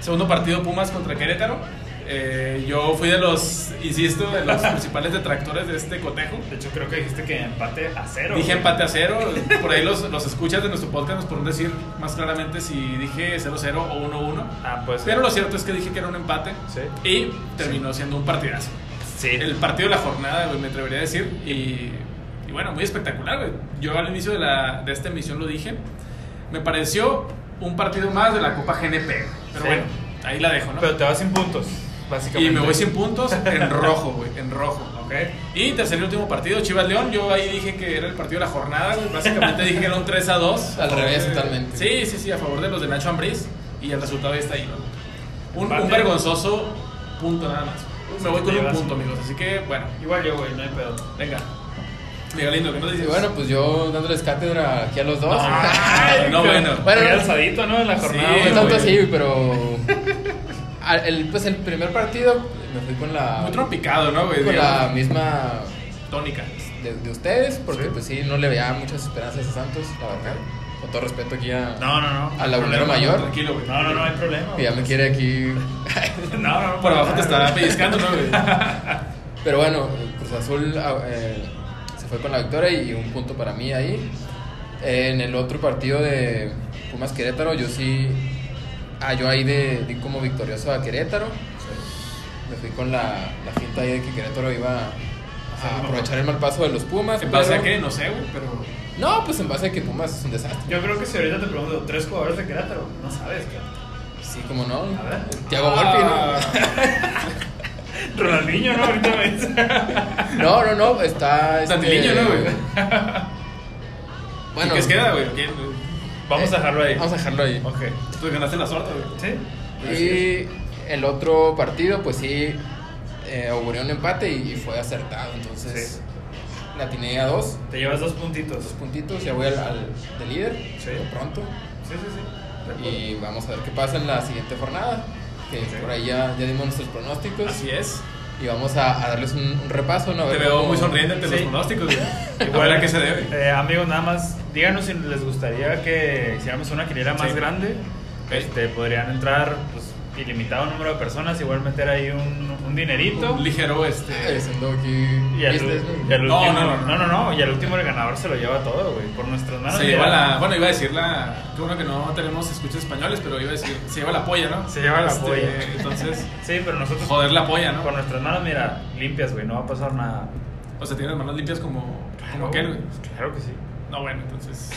Speaker 1: Segundo partido Pumas contra Querétaro. Eh, yo fui de los, insisto, de los principales detractores de este cotejo.
Speaker 2: De hecho, creo que dijiste que empate a cero.
Speaker 1: Dije
Speaker 2: güey.
Speaker 1: empate a cero. Por ahí los, los escuchas de nuestro podcast nos podrán decir más claramente si dije 0-0 o 1-1.
Speaker 2: Ah, pues.
Speaker 1: Pero lo cierto es que dije que era un empate
Speaker 2: Sí. Eh.
Speaker 1: y terminó siendo un partidazo.
Speaker 2: Sí.
Speaker 1: El partido de la jornada, güey, me atrevería a decir. Y, y bueno, muy espectacular, güey. Yo al inicio de, la, de esta emisión lo dije. Me pareció un partido más de la Copa GNP. güey. Pero
Speaker 2: Sí.
Speaker 1: bueno, ahí la dejo, ¿no?
Speaker 2: Pero te vas sin puntos,
Speaker 1: y
Speaker 2: básicamente.
Speaker 1: me voy sin puntos en rojo, güey, en rojo.
Speaker 2: Ok.
Speaker 1: Y tercer y último partido, Chivas León. Yo ahí dije que era el partido de la jornada. güey. Básicamente dije que era un 3 a 2.
Speaker 3: Al
Speaker 1: A favor
Speaker 3: revés,
Speaker 1: de-
Speaker 3: totalmente.
Speaker 1: Sí, sí, sí, a favor de los de Nacho Ambriz. Y el resultado ahí está ahí. ¿no? Un,
Speaker 2: Empate.
Speaker 1: un vergonzoso punto nada más. Me voy con un
Speaker 2: Llevas.
Speaker 1: punto, amigos. Así que, bueno,
Speaker 2: Igual yo, güey, no hay pedo.
Speaker 1: venga. Miguel Lindo, ¿qué nos
Speaker 3: Y
Speaker 1: dices?
Speaker 3: bueno, pues yo dándoles cátedra aquí a los dos.
Speaker 1: Ay, no, bueno.
Speaker 3: Bueno,
Speaker 2: Muy
Speaker 3: no.
Speaker 2: alzadito, ¿no? En la jornada.
Speaker 1: Sí,
Speaker 2: güey.
Speaker 3: No tanto así,
Speaker 1: güey.
Speaker 3: pero. al- el, pues el primer partido me fui con la.
Speaker 1: Muy trompicado, ¿no, güey?
Speaker 3: Con la
Speaker 1: Digamos,
Speaker 3: misma
Speaker 1: Tónica.
Speaker 3: de, de ustedes, porque
Speaker 2: Sí.
Speaker 3: pues sí, no le veía muchas esperanzas a Santos, la verdad. Con todo respeto aquí a.
Speaker 2: No, no, no.
Speaker 3: A la Unero Mayor.
Speaker 1: Tranquilo, güey.
Speaker 2: No, no, no hay problema.
Speaker 3: Que ya me
Speaker 2: güey.
Speaker 3: quiere aquí.
Speaker 2: No, no, no.
Speaker 1: Por abajo te
Speaker 2: nada,
Speaker 1: estará
Speaker 2: güey.
Speaker 1: pellizcando, ¿no, güey?
Speaker 3: Pero bueno, Cruz Azul ah, eh, se fue con la victoria y un punto para mí ahí. En el otro partido de Pumas Querétaro, yo sí. Ah, yo ahí de, di como victorioso a Querétaro. Me fui con la, la finta ahí de que Querétaro iba a aprovechar el mal paso de los Pumas.
Speaker 1: Ah, ¿En base
Speaker 3: pero-
Speaker 1: a qué? No sé, güey, pero.
Speaker 3: No, pues en base a que Pumas es un desastre.
Speaker 2: Yo creo que si ahorita te pregunto tres jugadores de Querétaro, no sabes, güey.
Speaker 3: Sí, como no.
Speaker 2: A ver.
Speaker 3: Tiago
Speaker 1: Ah.
Speaker 3: Volpi,
Speaker 2: Ronaldinho, ¿no? Ahorita me dice.
Speaker 3: ¿no? No, no, no. Está. este-
Speaker 1: Santiliño, ¿no, güey?
Speaker 3: Bueno,
Speaker 1: ¿Qué les queda, güey? ¿Quién, güey?
Speaker 2: Vamos a
Speaker 3: eh,
Speaker 2: dejarlo ahí.
Speaker 3: Vamos a dejarlo ahí.
Speaker 2: Ok.
Speaker 1: Tú ganaste la suerte, güey.
Speaker 2: ¿Sí?
Speaker 3: Y el otro partido, pues sí, eh, auguré un empate y, y fue acertado. Entonces, la atiné a dos,
Speaker 2: Te llevas dos puntitos.
Speaker 3: dos puntitos. Ya voy al, al- de líder
Speaker 2: Sí.
Speaker 3: de pronto.
Speaker 2: Sí, sí, sí. De acuerdo.
Speaker 3: Y vamos a ver qué pasa en la siguiente jornada. Que
Speaker 2: Ok.
Speaker 3: por ahí ya, ya dimos nuestros pronósticos.
Speaker 1: Así es.
Speaker 3: y vamos a, a darles un, un repaso. ¿no? A
Speaker 1: Te
Speaker 3: ver
Speaker 1: veo
Speaker 3: cómo-
Speaker 1: muy sonriente ante los
Speaker 2: Sí.
Speaker 1: pronósticos, güey. Igual
Speaker 2: Igual
Speaker 1: a qué se debe.
Speaker 2: Eh, amigos, nada más, díganos si les gustaría que hiciéramos una quiniela más
Speaker 1: Sí.
Speaker 2: grande.
Speaker 1: Ok.
Speaker 2: Este, podrían entrar pues, ilimitado número de personas, igual meter ahí un, un dinerito.
Speaker 1: Un ligero, este.
Speaker 3: Eh, siendo aquí
Speaker 2: Y al,
Speaker 3: business, ¿no?
Speaker 2: y al
Speaker 1: No,
Speaker 2: Este último,
Speaker 1: no, no, no.
Speaker 2: no, y al último el ganador se lo lleva todo, güey, por nuestras manos.
Speaker 1: se lleva la. Ah, Bueno, iba a decir la. Qué bueno que no tenemos escuchas españoles, pero iba a decir. Se lleva la polla, ¿no?
Speaker 2: Se lleva la
Speaker 1: Este,
Speaker 2: polla.
Speaker 1: Entonces,
Speaker 2: Sí, pero nosotros
Speaker 1: joder la polla,
Speaker 2: por
Speaker 1: ¿no?
Speaker 2: nuestras manos, mira, limpias, güey, no va a pasar nada.
Speaker 1: O sea, tiene las manos limpias como. Como aquel, güey.
Speaker 2: Claro que sí.
Speaker 1: No, bueno, entonces.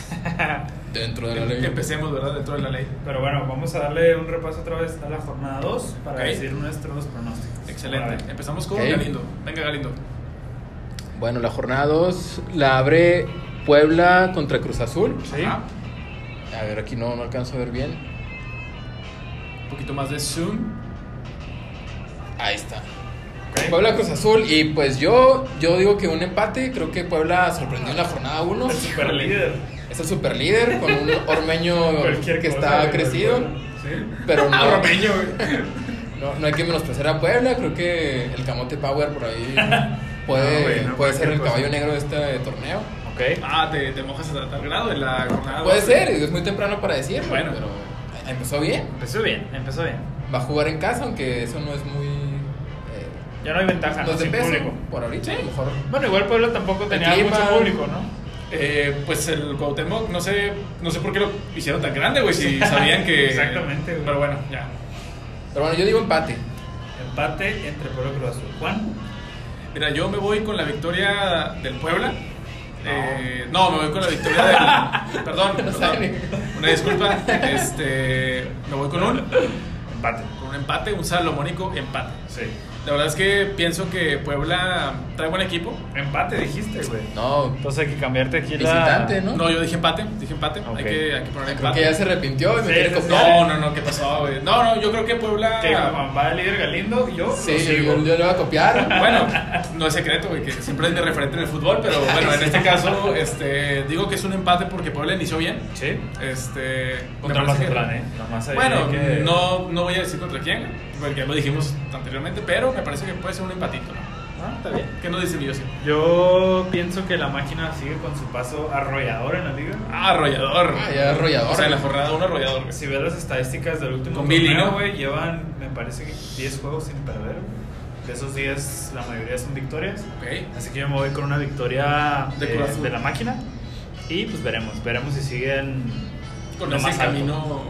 Speaker 3: Dentro de la ley.
Speaker 1: Que empecemos, ¿verdad? Dentro de la ley.
Speaker 2: Pero bueno, vamos a darle un repaso otra vez a la jornada 2 para
Speaker 1: Ok.
Speaker 2: decir nuestros pronósticos. Para
Speaker 1: Excelente.
Speaker 2: ver.
Speaker 1: Empezamos con
Speaker 3: Ok.
Speaker 1: Galindo. Venga, Galindo.
Speaker 3: Bueno, la jornada 2 la abre Puebla contra Cruz Azul.
Speaker 2: Sí.
Speaker 1: Ajá.
Speaker 3: A ver, aquí no, no alcanzo a ver bien.
Speaker 1: Un poquito más de zoom.
Speaker 3: Ahí está.
Speaker 2: Ok.
Speaker 3: Puebla Cruz Azul y pues yo yo digo que un empate, creo que Puebla sorprendió en la jornada 1.
Speaker 2: El super líder.
Speaker 3: Es el super líder con un ormeño
Speaker 2: Cualquier
Speaker 3: que
Speaker 2: cosa, Ah,
Speaker 3: está
Speaker 2: güey,
Speaker 3: crecido,
Speaker 2: bueno.
Speaker 1: Sí.
Speaker 3: pero no,
Speaker 1: Ormeño, Ah, güey.
Speaker 3: no, no hay que menospreciar a Puebla, creo que el Camote Power por ahí puede,
Speaker 2: No, güey, no,
Speaker 3: puede ser el
Speaker 2: Ah, cualquier
Speaker 3: caballo
Speaker 2: cosa.
Speaker 3: negro de este torneo.
Speaker 2: Ok.
Speaker 1: Ah, te, te mojas a tal grado en la
Speaker 2: Ah,
Speaker 1: jornada.
Speaker 3: Puede
Speaker 1: dos. eh,
Speaker 3: ser, es muy temprano para decirlo,
Speaker 1: Bueno.
Speaker 3: pero empezó bien.
Speaker 2: Empezó bien, empezó bien.
Speaker 3: Va a jugar en casa, aunque eso no es muy... eh,
Speaker 2: Ya no hay
Speaker 3: no
Speaker 2: ventaja, Ah, ¿no?
Speaker 3: es de
Speaker 2: Sin
Speaker 3: peso,
Speaker 2: público.
Speaker 3: por ahorita, a lo mejor.
Speaker 2: Bueno, igual Puebla tampoco tenía
Speaker 3: clima.
Speaker 2: mucho público, ¿no?
Speaker 1: Eh, pues el Cuauhtémoc, no sé, no sé por qué lo hicieron tan grande, güey, si sabían que...
Speaker 2: Exactamente, güey.
Speaker 1: Pero bueno, ya.
Speaker 3: Pero bueno, yo digo empate.
Speaker 2: Empate entre Puebla y Cruz Azul. Juan.
Speaker 1: Mira, yo me voy con la victoria del Puebla. Eh, no, me voy con la victoria del... perdón, perdón.
Speaker 3: sabe.
Speaker 1: Una disculpa. Este, me voy con un,
Speaker 2: Empate.
Speaker 1: con un empate, un salomónico empate.
Speaker 2: Sí.
Speaker 1: La verdad es que pienso que Puebla trae buen equipo.
Speaker 2: Empate dijiste, güey.
Speaker 3: No,
Speaker 2: Entonces hay que cambiarte aquí la...
Speaker 3: Visitante, ¿no?
Speaker 1: No, yo dije empate, dije empate.
Speaker 2: Ok.
Speaker 1: Hay, que, hay que poner
Speaker 3: creo que ya
Speaker 1: empate.
Speaker 3: se arrepintió y me
Speaker 2: Sí,
Speaker 3: quiere
Speaker 2: sí,
Speaker 3: copiar.
Speaker 1: No, no, no, ¿qué pasó, güey? No, no, yo creo que Puebla...
Speaker 2: Que Juan va el líder Galindo, yo lo
Speaker 3: Ah. Sí,
Speaker 2: sigo.
Speaker 3: yo, yo le voy a copiar.
Speaker 1: Bueno, no es secreto, güey, que siempre es mi referente en el fútbol, pero bueno, en este caso, este, digo que es un empate porque Puebla inició bien.
Speaker 2: Sí.
Speaker 1: Este, me
Speaker 2: Contra
Speaker 1: parece
Speaker 2: Mazatlán,
Speaker 1: que-
Speaker 2: ¿eh? Nomás ahí
Speaker 1: Bueno,
Speaker 2: hay que-
Speaker 1: no, no voy a decir contra quién, porque ya lo dijimos anteriormente, pero me parece que puede ser un empatito, ¿no?
Speaker 2: Ah, está bien.
Speaker 1: ¿Qué nos dice Dios?
Speaker 2: Yo pienso que la máquina sigue con su paso arrollador en la liga.
Speaker 1: Ah, arrollador.
Speaker 3: Ah, ya arrollador.
Speaker 1: O sea, en la jornada uno arrollador, güey.
Speaker 2: Si ves las estadísticas del último
Speaker 1: Con Billy,
Speaker 2: torneo,
Speaker 1: ¿no?
Speaker 2: güey, llevan, me parece que 10 juegos sin perder. De esos 10, la mayoría son victorias.
Speaker 1: Ok.
Speaker 2: Así que yo me voy con una victoria
Speaker 1: De
Speaker 2: de,
Speaker 1: Cruz Azul.
Speaker 2: de la máquina. Y pues veremos, veremos si siguen
Speaker 1: Con
Speaker 2: lo
Speaker 1: ese
Speaker 2: alto.
Speaker 1: camino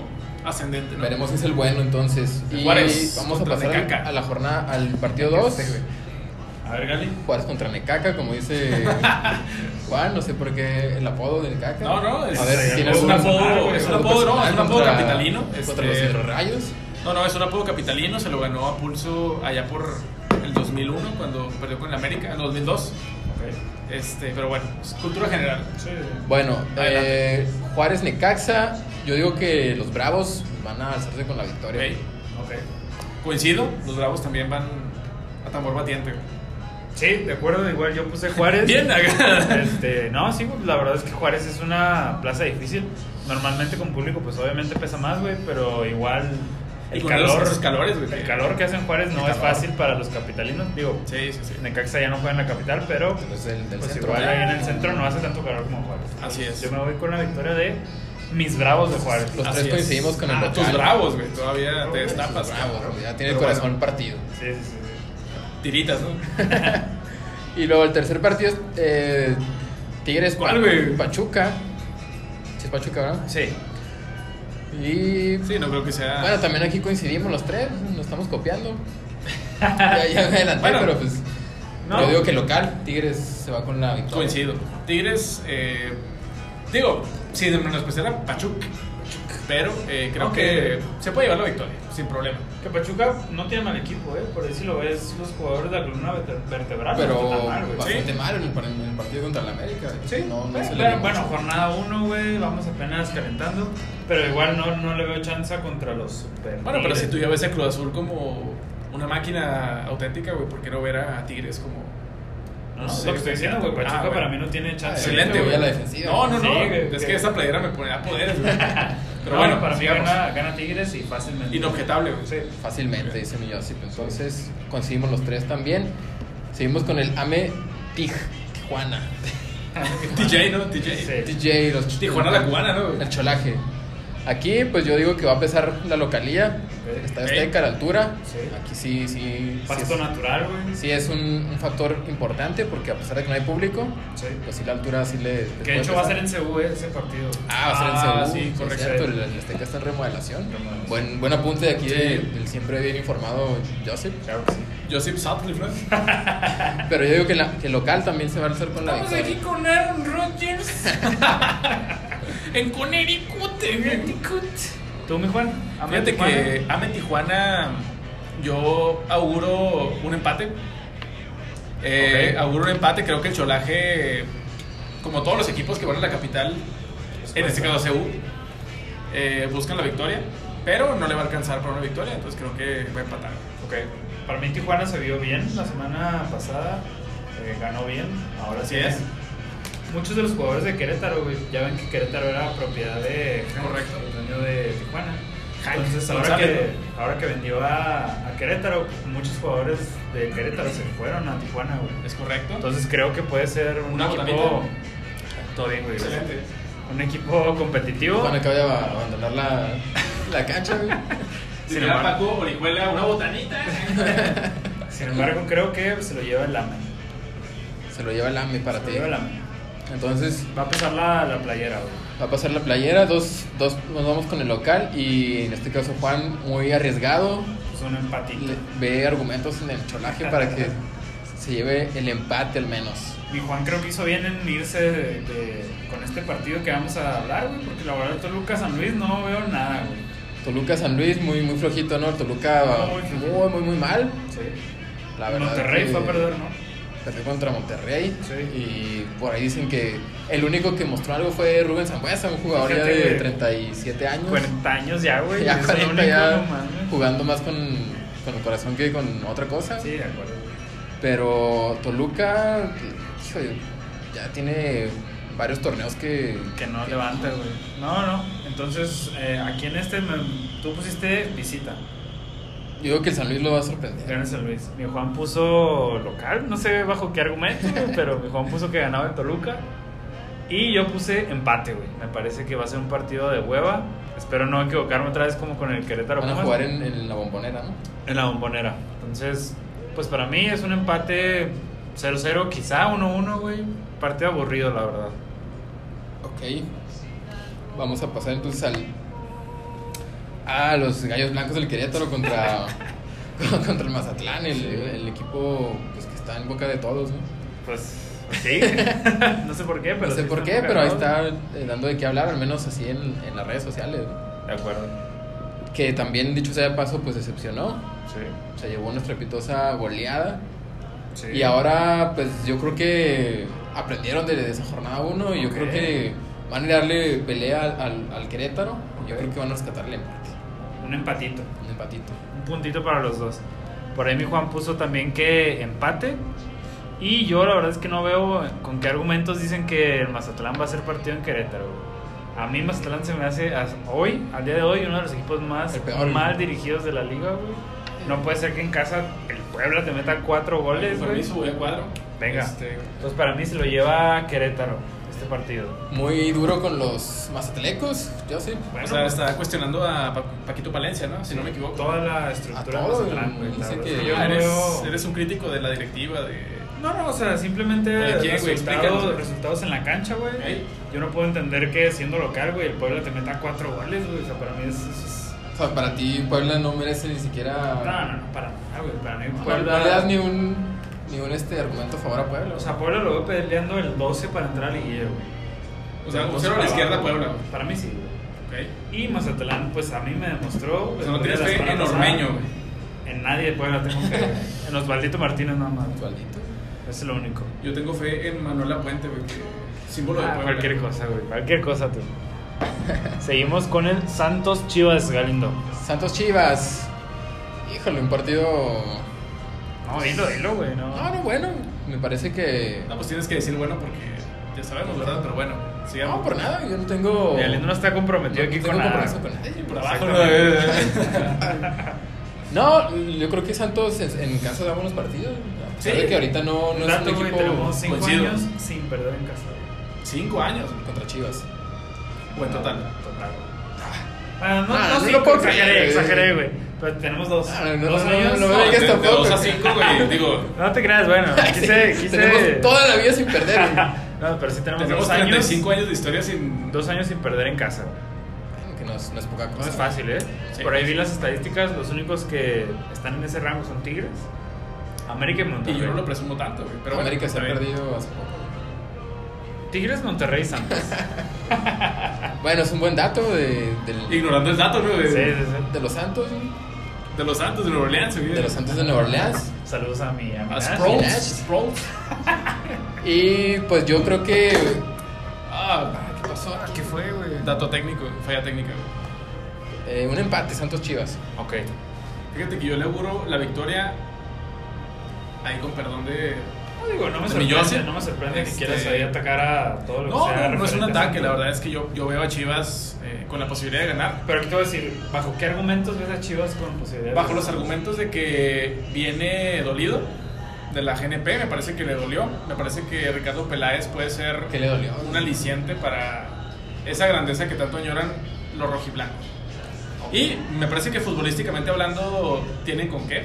Speaker 1: ascendente, ¿no?
Speaker 3: Veremos si es el bueno entonces. Y
Speaker 1: Juárez
Speaker 3: vamos a
Speaker 1: contra
Speaker 3: pasar
Speaker 1: Necaxa.
Speaker 3: a la jornada, al partido 2.
Speaker 1: Este, güey.
Speaker 2: A ver, Gali.
Speaker 3: Juárez contra Necaca, como dice Juan, no sé por qué el apodo de Necaca.
Speaker 1: No, no, es-
Speaker 3: a ver
Speaker 2: es
Speaker 3: si tiene
Speaker 2: un
Speaker 3: algún-
Speaker 2: apodo, es un
Speaker 3: algún
Speaker 1: apodo, no,
Speaker 3: personal
Speaker 1: es un apodo
Speaker 3: contra-
Speaker 1: capitalino,
Speaker 3: Contra
Speaker 1: este-
Speaker 3: los rayos.
Speaker 1: No, no, es un apodo capitalino, se lo ganó a pulso allá por el 2001, cuando perdió con el América, en el 2002. Este, pero bueno, es cultura general.
Speaker 3: Bueno,
Speaker 1: Adelante.
Speaker 3: eh, Juárez Necaxa, yo digo que los bravos van a alzarse con la victoria.
Speaker 1: Ok.
Speaker 2: Ok.
Speaker 1: Coincido, los bravos también van a tambor batiente. güey.
Speaker 2: Sí, de acuerdo, igual yo puse Juárez.
Speaker 1: Bien, acá.
Speaker 2: Este, no, sí, güey, la verdad es que Juárez es una plaza difícil. Normalmente con público, pues obviamente pesa más, güey, pero igual
Speaker 1: Y
Speaker 2: el
Speaker 1: con esos-
Speaker 2: calor,
Speaker 1: esos calores, güey,
Speaker 2: el
Speaker 1: que-
Speaker 2: calor que hacen Juárez no
Speaker 1: el
Speaker 2: es
Speaker 1: calor.
Speaker 2: fácil para los capitalinos. Digo,
Speaker 1: Sí, sí, sí.
Speaker 2: Necaxa ya no juega en la capital, pero
Speaker 3: Entonces del, del
Speaker 2: pues
Speaker 3: centro.
Speaker 2: igual ahí en el centro no hace tanto calor como Juárez.
Speaker 1: Así es.
Speaker 2: Yo me voy con la victoria de mis bravos de Juárez.
Speaker 3: Los
Speaker 1: Así
Speaker 3: tres
Speaker 1: es.
Speaker 3: coincidimos con el
Speaker 1: Ah,
Speaker 3: local.
Speaker 1: tus bravos, güey. Todavía te destapas.
Speaker 3: Los bravos,
Speaker 1: cabrón.
Speaker 3: ya tiene el
Speaker 1: Pero bueno,
Speaker 3: corazón partido.
Speaker 2: Sí, sí, sí, sí.
Speaker 1: Tiritas, ¿no?
Speaker 3: Y luego el tercer partido es eh, Tigres
Speaker 1: ¿Cuál,
Speaker 3: Pa-
Speaker 1: güey?
Speaker 3: Pachuca. Sí, es Pachuca, ¿verdad?
Speaker 2: Sí,
Speaker 3: Y
Speaker 1: Sí, no creo que sea.
Speaker 3: bueno, también aquí coincidimos los tres, nos estamos copiando. ya, ya me adelanté,
Speaker 1: Bueno.
Speaker 3: pero pues
Speaker 2: No.
Speaker 3: yo digo que local, Tigres se va con la victoria.
Speaker 1: Coincido. Tigres, eh, digo, sin menospreciar a pues Pachuca, pero eh, creo
Speaker 2: Ok.
Speaker 1: que se puede llevar la victoria, sin problema.
Speaker 2: Que Pachuca no tiene mal equipo, ¿eh? Por ahí si lo ves, los jugadores de la columna verte- vertebral. no
Speaker 3: Pero
Speaker 2: están tan mal, güey.
Speaker 3: bastante malo en el, par- en el partido contra la América.
Speaker 1: Sí,
Speaker 3: no, no
Speaker 2: Bueno,
Speaker 3: se le
Speaker 2: pero
Speaker 3: vio
Speaker 2: bueno,
Speaker 3: mucho.
Speaker 2: jornada 1, güey, vamos apenas calentando. Pero igual no, no le veo chance contra los super.
Speaker 1: Bueno, pero
Speaker 2: líderes.
Speaker 1: si tú ya ves a Cruz Azul como una máquina auténtica, güey, ¿por qué no ver a Tigres como...
Speaker 2: No,
Speaker 1: no
Speaker 2: no,
Speaker 1: sé,
Speaker 2: lo que estoy diciendo, güey.
Speaker 1: ah,
Speaker 2: Pachuca
Speaker 1: bueno. Ah,
Speaker 3: Ah,
Speaker 2: para mí no tiene chance.
Speaker 1: Excelente,
Speaker 3: voy
Speaker 1: güey.
Speaker 3: a la defensiva.
Speaker 1: No, no,
Speaker 2: Sí,
Speaker 1: no.
Speaker 2: güey,
Speaker 1: es
Speaker 2: que-
Speaker 1: que esa playera me pone a poder. güey. Pero
Speaker 2: No,
Speaker 1: bueno,
Speaker 2: para mí
Speaker 1: sigamos.
Speaker 2: gana, gana Tigres y fácilmente.
Speaker 1: Inobjetable, güey.
Speaker 2: Sí.
Speaker 3: Fácilmente, dice mi Josip. Entonces, conseguimos los tres también. Seguimos con el Ame Tij, Tijuana.
Speaker 1: TJ, ¿no? TJ.
Speaker 2: Sí.
Speaker 3: DJ, los ch-
Speaker 1: Tijuana la cubana, ¿no? güey?
Speaker 3: El cholaje. Aquí, pues yo digo que va a pesar la localía.
Speaker 2: Ok.
Speaker 3: Está
Speaker 1: Ok.
Speaker 3: Azteca, la altura.
Speaker 2: Sí.
Speaker 3: Aquí sí, sí. sí
Speaker 2: Pasto
Speaker 3: es-
Speaker 2: natural, güey.
Speaker 3: sí es un, un factor importante porque a pesar de que no hay público,
Speaker 2: Sí.
Speaker 3: pues sí la altura sí le... le
Speaker 2: Que
Speaker 3: puede
Speaker 2: de hecho va a
Speaker 3: pesar.
Speaker 2: ser en CU ese partido.
Speaker 3: Ah, va a ser
Speaker 1: Ah,
Speaker 3: en Seúl.
Speaker 1: sí,
Speaker 3: es
Speaker 1: correcto.
Speaker 3: cierto, el, el Azteca está en remodelación.
Speaker 2: Remodelación.
Speaker 3: Buen, buen apunte de aquí
Speaker 1: Sí.
Speaker 3: del, del siempre bien informado Joseph.
Speaker 2: Claro que sí.
Speaker 1: Joseph Sutcliffe, ¿no?
Speaker 3: Pero yo digo que, la, que local también se va a alzar con la victoria.
Speaker 1: con Aaron Rodgers. en Connecticut.
Speaker 2: ¿Tú, mi Juan? ¿Amas
Speaker 1: Fíjate
Speaker 2: Tijuana?
Speaker 1: que Ame Tijuana, yo auguro un empate. Eh,
Speaker 2: Ok.
Speaker 1: Auguro un empate. Creo que el Cholaje, como todos los equipos que van a la capital, en este caso CU, eh, buscan la victoria. Pero no le va a alcanzar para una victoria, entonces creo que va a empatar.
Speaker 2: Ok. Para mí Tijuana se vio bien la semana pasada. eh, ganó bien. Ahora sí
Speaker 1: Así es.
Speaker 2: es. Muchos de los jugadores de Querétaro, güey, ya ven que Querétaro era propiedad de Hank,
Speaker 1: Correcto.
Speaker 2: el dueño de Tijuana.
Speaker 1: Hank
Speaker 2: Entonces, ahora
Speaker 1: González,
Speaker 2: que, ahora que vendió a, a Querétaro, muchos jugadores de Querétaro se fueron a Tijuana, güey.
Speaker 1: ¿Es correcto?
Speaker 2: Entonces, creo que puede ser un
Speaker 1: Una
Speaker 2: equipo.
Speaker 1: botanita.
Speaker 2: Todo bien, güey. gracias.
Speaker 1: Excelente.
Speaker 2: Un equipo competitivo.
Speaker 3: Tijuana acaba de ab- abandonar la, la cancha, güey.
Speaker 2: Sin
Speaker 1: Si le da
Speaker 2: embargo-
Speaker 1: Paco, Orihuela, una botanita.
Speaker 2: Sin embargo, creo que se lo lleva el AME.
Speaker 3: Se lo lleva el AME para
Speaker 2: Se lo
Speaker 3: ti.
Speaker 2: lleva el AME.
Speaker 3: Entonces,
Speaker 2: Va a pesar la, la playera, güey.
Speaker 3: va a pasar la playera, dos, dos, nos vamos con el local y en este caso Juan, muy arriesgado,
Speaker 2: Es un empatito.
Speaker 3: le- ve argumentos en el cholaje para que se lleve el empate al menos.
Speaker 2: Mi Juan creo que hizo bien en irse de- de- con este partido que vamos a hablar, güey, porque la verdad Toluca San Luis no veo nada, güey.
Speaker 3: Toluca San Luis, muy, muy flojito, ¿no? Toluca
Speaker 2: Muy flojito.
Speaker 3: muy, muy, muy mal.
Speaker 2: Sí.
Speaker 3: La verdad
Speaker 2: Monterrey
Speaker 3: que
Speaker 2: fue a perder, ¿no?
Speaker 3: Perdió contra Monterrey.
Speaker 2: Sí.
Speaker 3: Y por ahí dicen que el único que mostró algo fue Rubén Zambuesa, un jugador ya
Speaker 2: Fíjate,
Speaker 3: de
Speaker 2: güey.
Speaker 3: 37 años.
Speaker 2: 40 años ya, güey.
Speaker 3: ya
Speaker 2: es
Speaker 3: 40
Speaker 2: único,
Speaker 3: ya
Speaker 2: no mames.
Speaker 3: jugando más con, con el corazón que con otra cosa.
Speaker 2: Sí, de acuerdo. güey.
Speaker 3: Pero Toluca, hijo, ya tiene varios torneos que...
Speaker 2: Que no levanta, güey. No, no. Entonces, eh, aquí en este me- tú pusiste visita.
Speaker 3: Yo digo que el San Luis lo va a sorprender.
Speaker 2: Gana San Luis. Mi Juan puso local, no sé bajo qué argumento, güey, pero mi Juan puso que ganaba el Toluca. Y yo puse empate, güey. Me parece que va a ser un partido de hueva. Espero no equivocarme otra vez como con el Querétaro.
Speaker 3: Van a
Speaker 2: Pumas.
Speaker 3: jugar en, en la bombonera, ¿no?
Speaker 2: En la bombonera. Entonces, pues para mí es un empate 0-0, quizá 1-1, güey. Partido aburrido, la verdad.
Speaker 3: Ok. Vamos a pasar entonces al... Ah, los Gallos Blancos del Querétaro contra, contra el Mazatlán, el, el equipo pues, que está en boca de todos, ¿no?
Speaker 2: Pues sí. no sé por qué, pero.
Speaker 3: No sé
Speaker 2: sí
Speaker 3: por
Speaker 2: está
Speaker 3: qué, pero ahí
Speaker 2: cagado.
Speaker 3: está eh, dando de qué hablar, al menos así en, en las redes sociales.
Speaker 2: De acuerdo.
Speaker 3: Que también, dicho sea de paso, pues decepcionó.
Speaker 2: Sí.
Speaker 3: Se llevó una estrepitosa goleada.
Speaker 2: sí.
Speaker 3: Y ahora, pues yo creo que aprendieron de, de esa jornada 1 y yo
Speaker 2: Ok.
Speaker 3: creo que van a darle pelea al, al- al Querétaro. Yo
Speaker 2: Ok.
Speaker 3: creo que van a rescatar el empate.
Speaker 2: Un empatito.
Speaker 3: Un empatito.
Speaker 2: Un puntito para los dos. Por ahí mi Juan puso también que empate. Y yo la verdad es que no veo con qué argumentos dicen que el Mazatlán va a ser partido en Querétaro. güey. A mí Mazatlán se me hace as- hoy, al día de hoy, uno de los equipos más
Speaker 3: El peor.
Speaker 2: mal dirigidos de la liga, güey. No puede ser que en casa el Puebla te meta cuatro goles,
Speaker 1: Con
Speaker 2: güey.
Speaker 1: permiso, voy a cuadro.
Speaker 2: Venga.
Speaker 1: Este,
Speaker 2: Entonces para mí se lo lleva Querétaro este partido.
Speaker 3: Muy duro con los mazatlecos, yo sí.
Speaker 2: Bueno,
Speaker 1: o sea, está cuestionando a Pa- Paquito Palencia, ¿no? Si no me equivoco.
Speaker 2: toda la estructura
Speaker 3: A
Speaker 2: de
Speaker 3: todo,
Speaker 2: Mazatlán, güey. la
Speaker 3: dice
Speaker 2: verdad
Speaker 3: que-
Speaker 2: es que yo
Speaker 1: Ah, eres,
Speaker 2: veo-
Speaker 1: eres un crítico de la directiva de...
Speaker 2: No, no, o sea, simplemente
Speaker 1: Oye, ¿quién, güey? Explícanos,
Speaker 2: resultados,
Speaker 1: güey.
Speaker 2: resultados en la cancha, güey.
Speaker 1: Ey.
Speaker 2: Yo no puedo entender que siendo local, güey, el Puebla te meta cuatro goles, güey. O sea, para mí es. es- es-
Speaker 3: O sea, para ti Puebla no merece ni siquiera...
Speaker 2: No, no, no, para nada, güey. Para mí,
Speaker 3: Puebla-
Speaker 2: Puebla.
Speaker 3: No le das ni un, ni un este argumento a favor a Puebla.
Speaker 2: O sea, Puebla lo veo peleando el 12 para entrar eh, a Liguilla, güey.
Speaker 1: O sea, un
Speaker 2: Entonces,
Speaker 1: cero a la
Speaker 2: para
Speaker 1: izquierda
Speaker 2: abajo,
Speaker 1: Puebla.
Speaker 2: Para mí sí, güey.
Speaker 1: güey.
Speaker 2: Y Mazatlán, pues a mí me demostró.
Speaker 1: O sea, no
Speaker 2: después
Speaker 1: tienes
Speaker 2: de la
Speaker 1: fe
Speaker 2: semana
Speaker 1: en
Speaker 2: pasada,
Speaker 1: Ormeño, güey.
Speaker 2: En nadie de Puebla tengo fe. en Osvaldito Martínez, nada más.
Speaker 3: Actualito.
Speaker 2: Es lo único.
Speaker 1: Yo tengo fe en Manuela Puente, güey, que símbolo de
Speaker 2: Ah,
Speaker 1: Puebla.
Speaker 2: cualquier cosa, güey. Cualquier cosa, tú. Seguimos con el Santos Chivas Galindo.
Speaker 3: Santos Chivas. Híjole, un partido.
Speaker 2: No, dilo, dilo, güey. No.
Speaker 3: No, no, bueno. Me parece que.
Speaker 1: No, pues tienes que decir bueno porque ya sabemos, ¿verdad? Pero bueno. sigamos.
Speaker 3: No, por nada, yo no tengo.
Speaker 2: Mira, Lindo no está comprometido
Speaker 3: no
Speaker 2: aquí
Speaker 3: tengo
Speaker 2: con nada.
Speaker 3: compromiso con nadie.
Speaker 1: Por abajo,
Speaker 2: Exactamente.
Speaker 3: No, yo creo que Santos en, en casa da buenos partidos. A pesar
Speaker 1: Sí.
Speaker 3: de que ahorita no, no es un
Speaker 4: Dato, güey,
Speaker 3: equipo
Speaker 4: tenemos 5
Speaker 1: coincido.
Speaker 4: años sin perder en casa. güey.
Speaker 1: Cinco años, güey.
Speaker 3: contra Chivas.
Speaker 1: O en Pues total.
Speaker 4: Total. Bueno, no,
Speaker 3: Ah,
Speaker 4: no,
Speaker 3: no
Speaker 4: sí,
Speaker 3: lo puedo
Speaker 4: exageré,
Speaker 3: creer, güey.
Speaker 4: exageré, güey. Pero tenemos dos,
Speaker 3: Ah, no,
Speaker 4: dos
Speaker 3: no, no,
Speaker 4: años.
Speaker 3: no,
Speaker 1: No,
Speaker 3: me
Speaker 1: de,
Speaker 3: digas
Speaker 1: de
Speaker 3: tampoco.
Speaker 1: dos a cinco, güey. Digo,
Speaker 2: No te creas, bueno, quise. quise... Ah,
Speaker 3: Tenemos toda la vida sin perder. güey.
Speaker 2: no, pero sí tenemos,
Speaker 1: tenemos
Speaker 2: dos años.
Speaker 1: 35 años de historia sin.
Speaker 2: Dos años sin perder en casa, güey.
Speaker 3: que no es, no es poca cosa.
Speaker 2: No es fácil, ¿eh?
Speaker 1: Sí.
Speaker 2: Por ahí vi las estadísticas, los únicos que están en ese rango son Tigres, América y
Speaker 1: Y
Speaker 2: Monterrey.
Speaker 1: yo no lo presumo tanto, güey. Pero bueno,
Speaker 3: América se ha
Speaker 1: está bien.
Speaker 3: perdido hace poco.
Speaker 2: Tigres, Monterrey y Santos. sí,
Speaker 3: Bueno, es un buen dato de, del-
Speaker 1: Ignorando el dato, güey.
Speaker 2: sí, sí.
Speaker 3: de los Santos, güey,
Speaker 1: De los Santos de Nueva Orleans, güey.
Speaker 3: de los Santos de Nueva Orleans.
Speaker 2: Saludos a mi
Speaker 1: A
Speaker 2: amiga.
Speaker 1: Sproles.
Speaker 3: Nash.
Speaker 1: Sproles.
Speaker 3: Y pues yo creo que.
Speaker 1: Ah,
Speaker 3: ¿Qué pasó?
Speaker 2: ¿Qué fue, güey?
Speaker 1: dato técnico, falla técnica, güey.
Speaker 3: Eh, un empate, Santos Chivas.
Speaker 2: Ok.
Speaker 1: Fíjate que yo le auguro la victoria. Ahí con perdón de.
Speaker 2: No, digo, no me
Speaker 1: De
Speaker 2: sorprende,
Speaker 1: Millonce.
Speaker 2: no me sorprende que
Speaker 1: Este-
Speaker 2: quieras ahí atacar a todo lo que
Speaker 1: No,
Speaker 2: sea.
Speaker 1: no, no es un
Speaker 2: referente a
Speaker 1: ataque,
Speaker 2: Santos.
Speaker 1: la verdad es que yo, yo veo a Chivas eh, con la posibilidad de ganar.
Speaker 2: Pero aquí te voy a decir, ¿bajo qué argumentos ves a Chivas con posibilidades?
Speaker 1: Bajo los argumentos de que viene dolido de la GNP, me parece que le dolió. Me parece que Ricardo Peláez puede ser
Speaker 3: ¿Qué le dolió?
Speaker 1: un aliciente para esa grandeza que tanto añoran los rojiblancos. Y me parece que futbolísticamente hablando tienen con qué.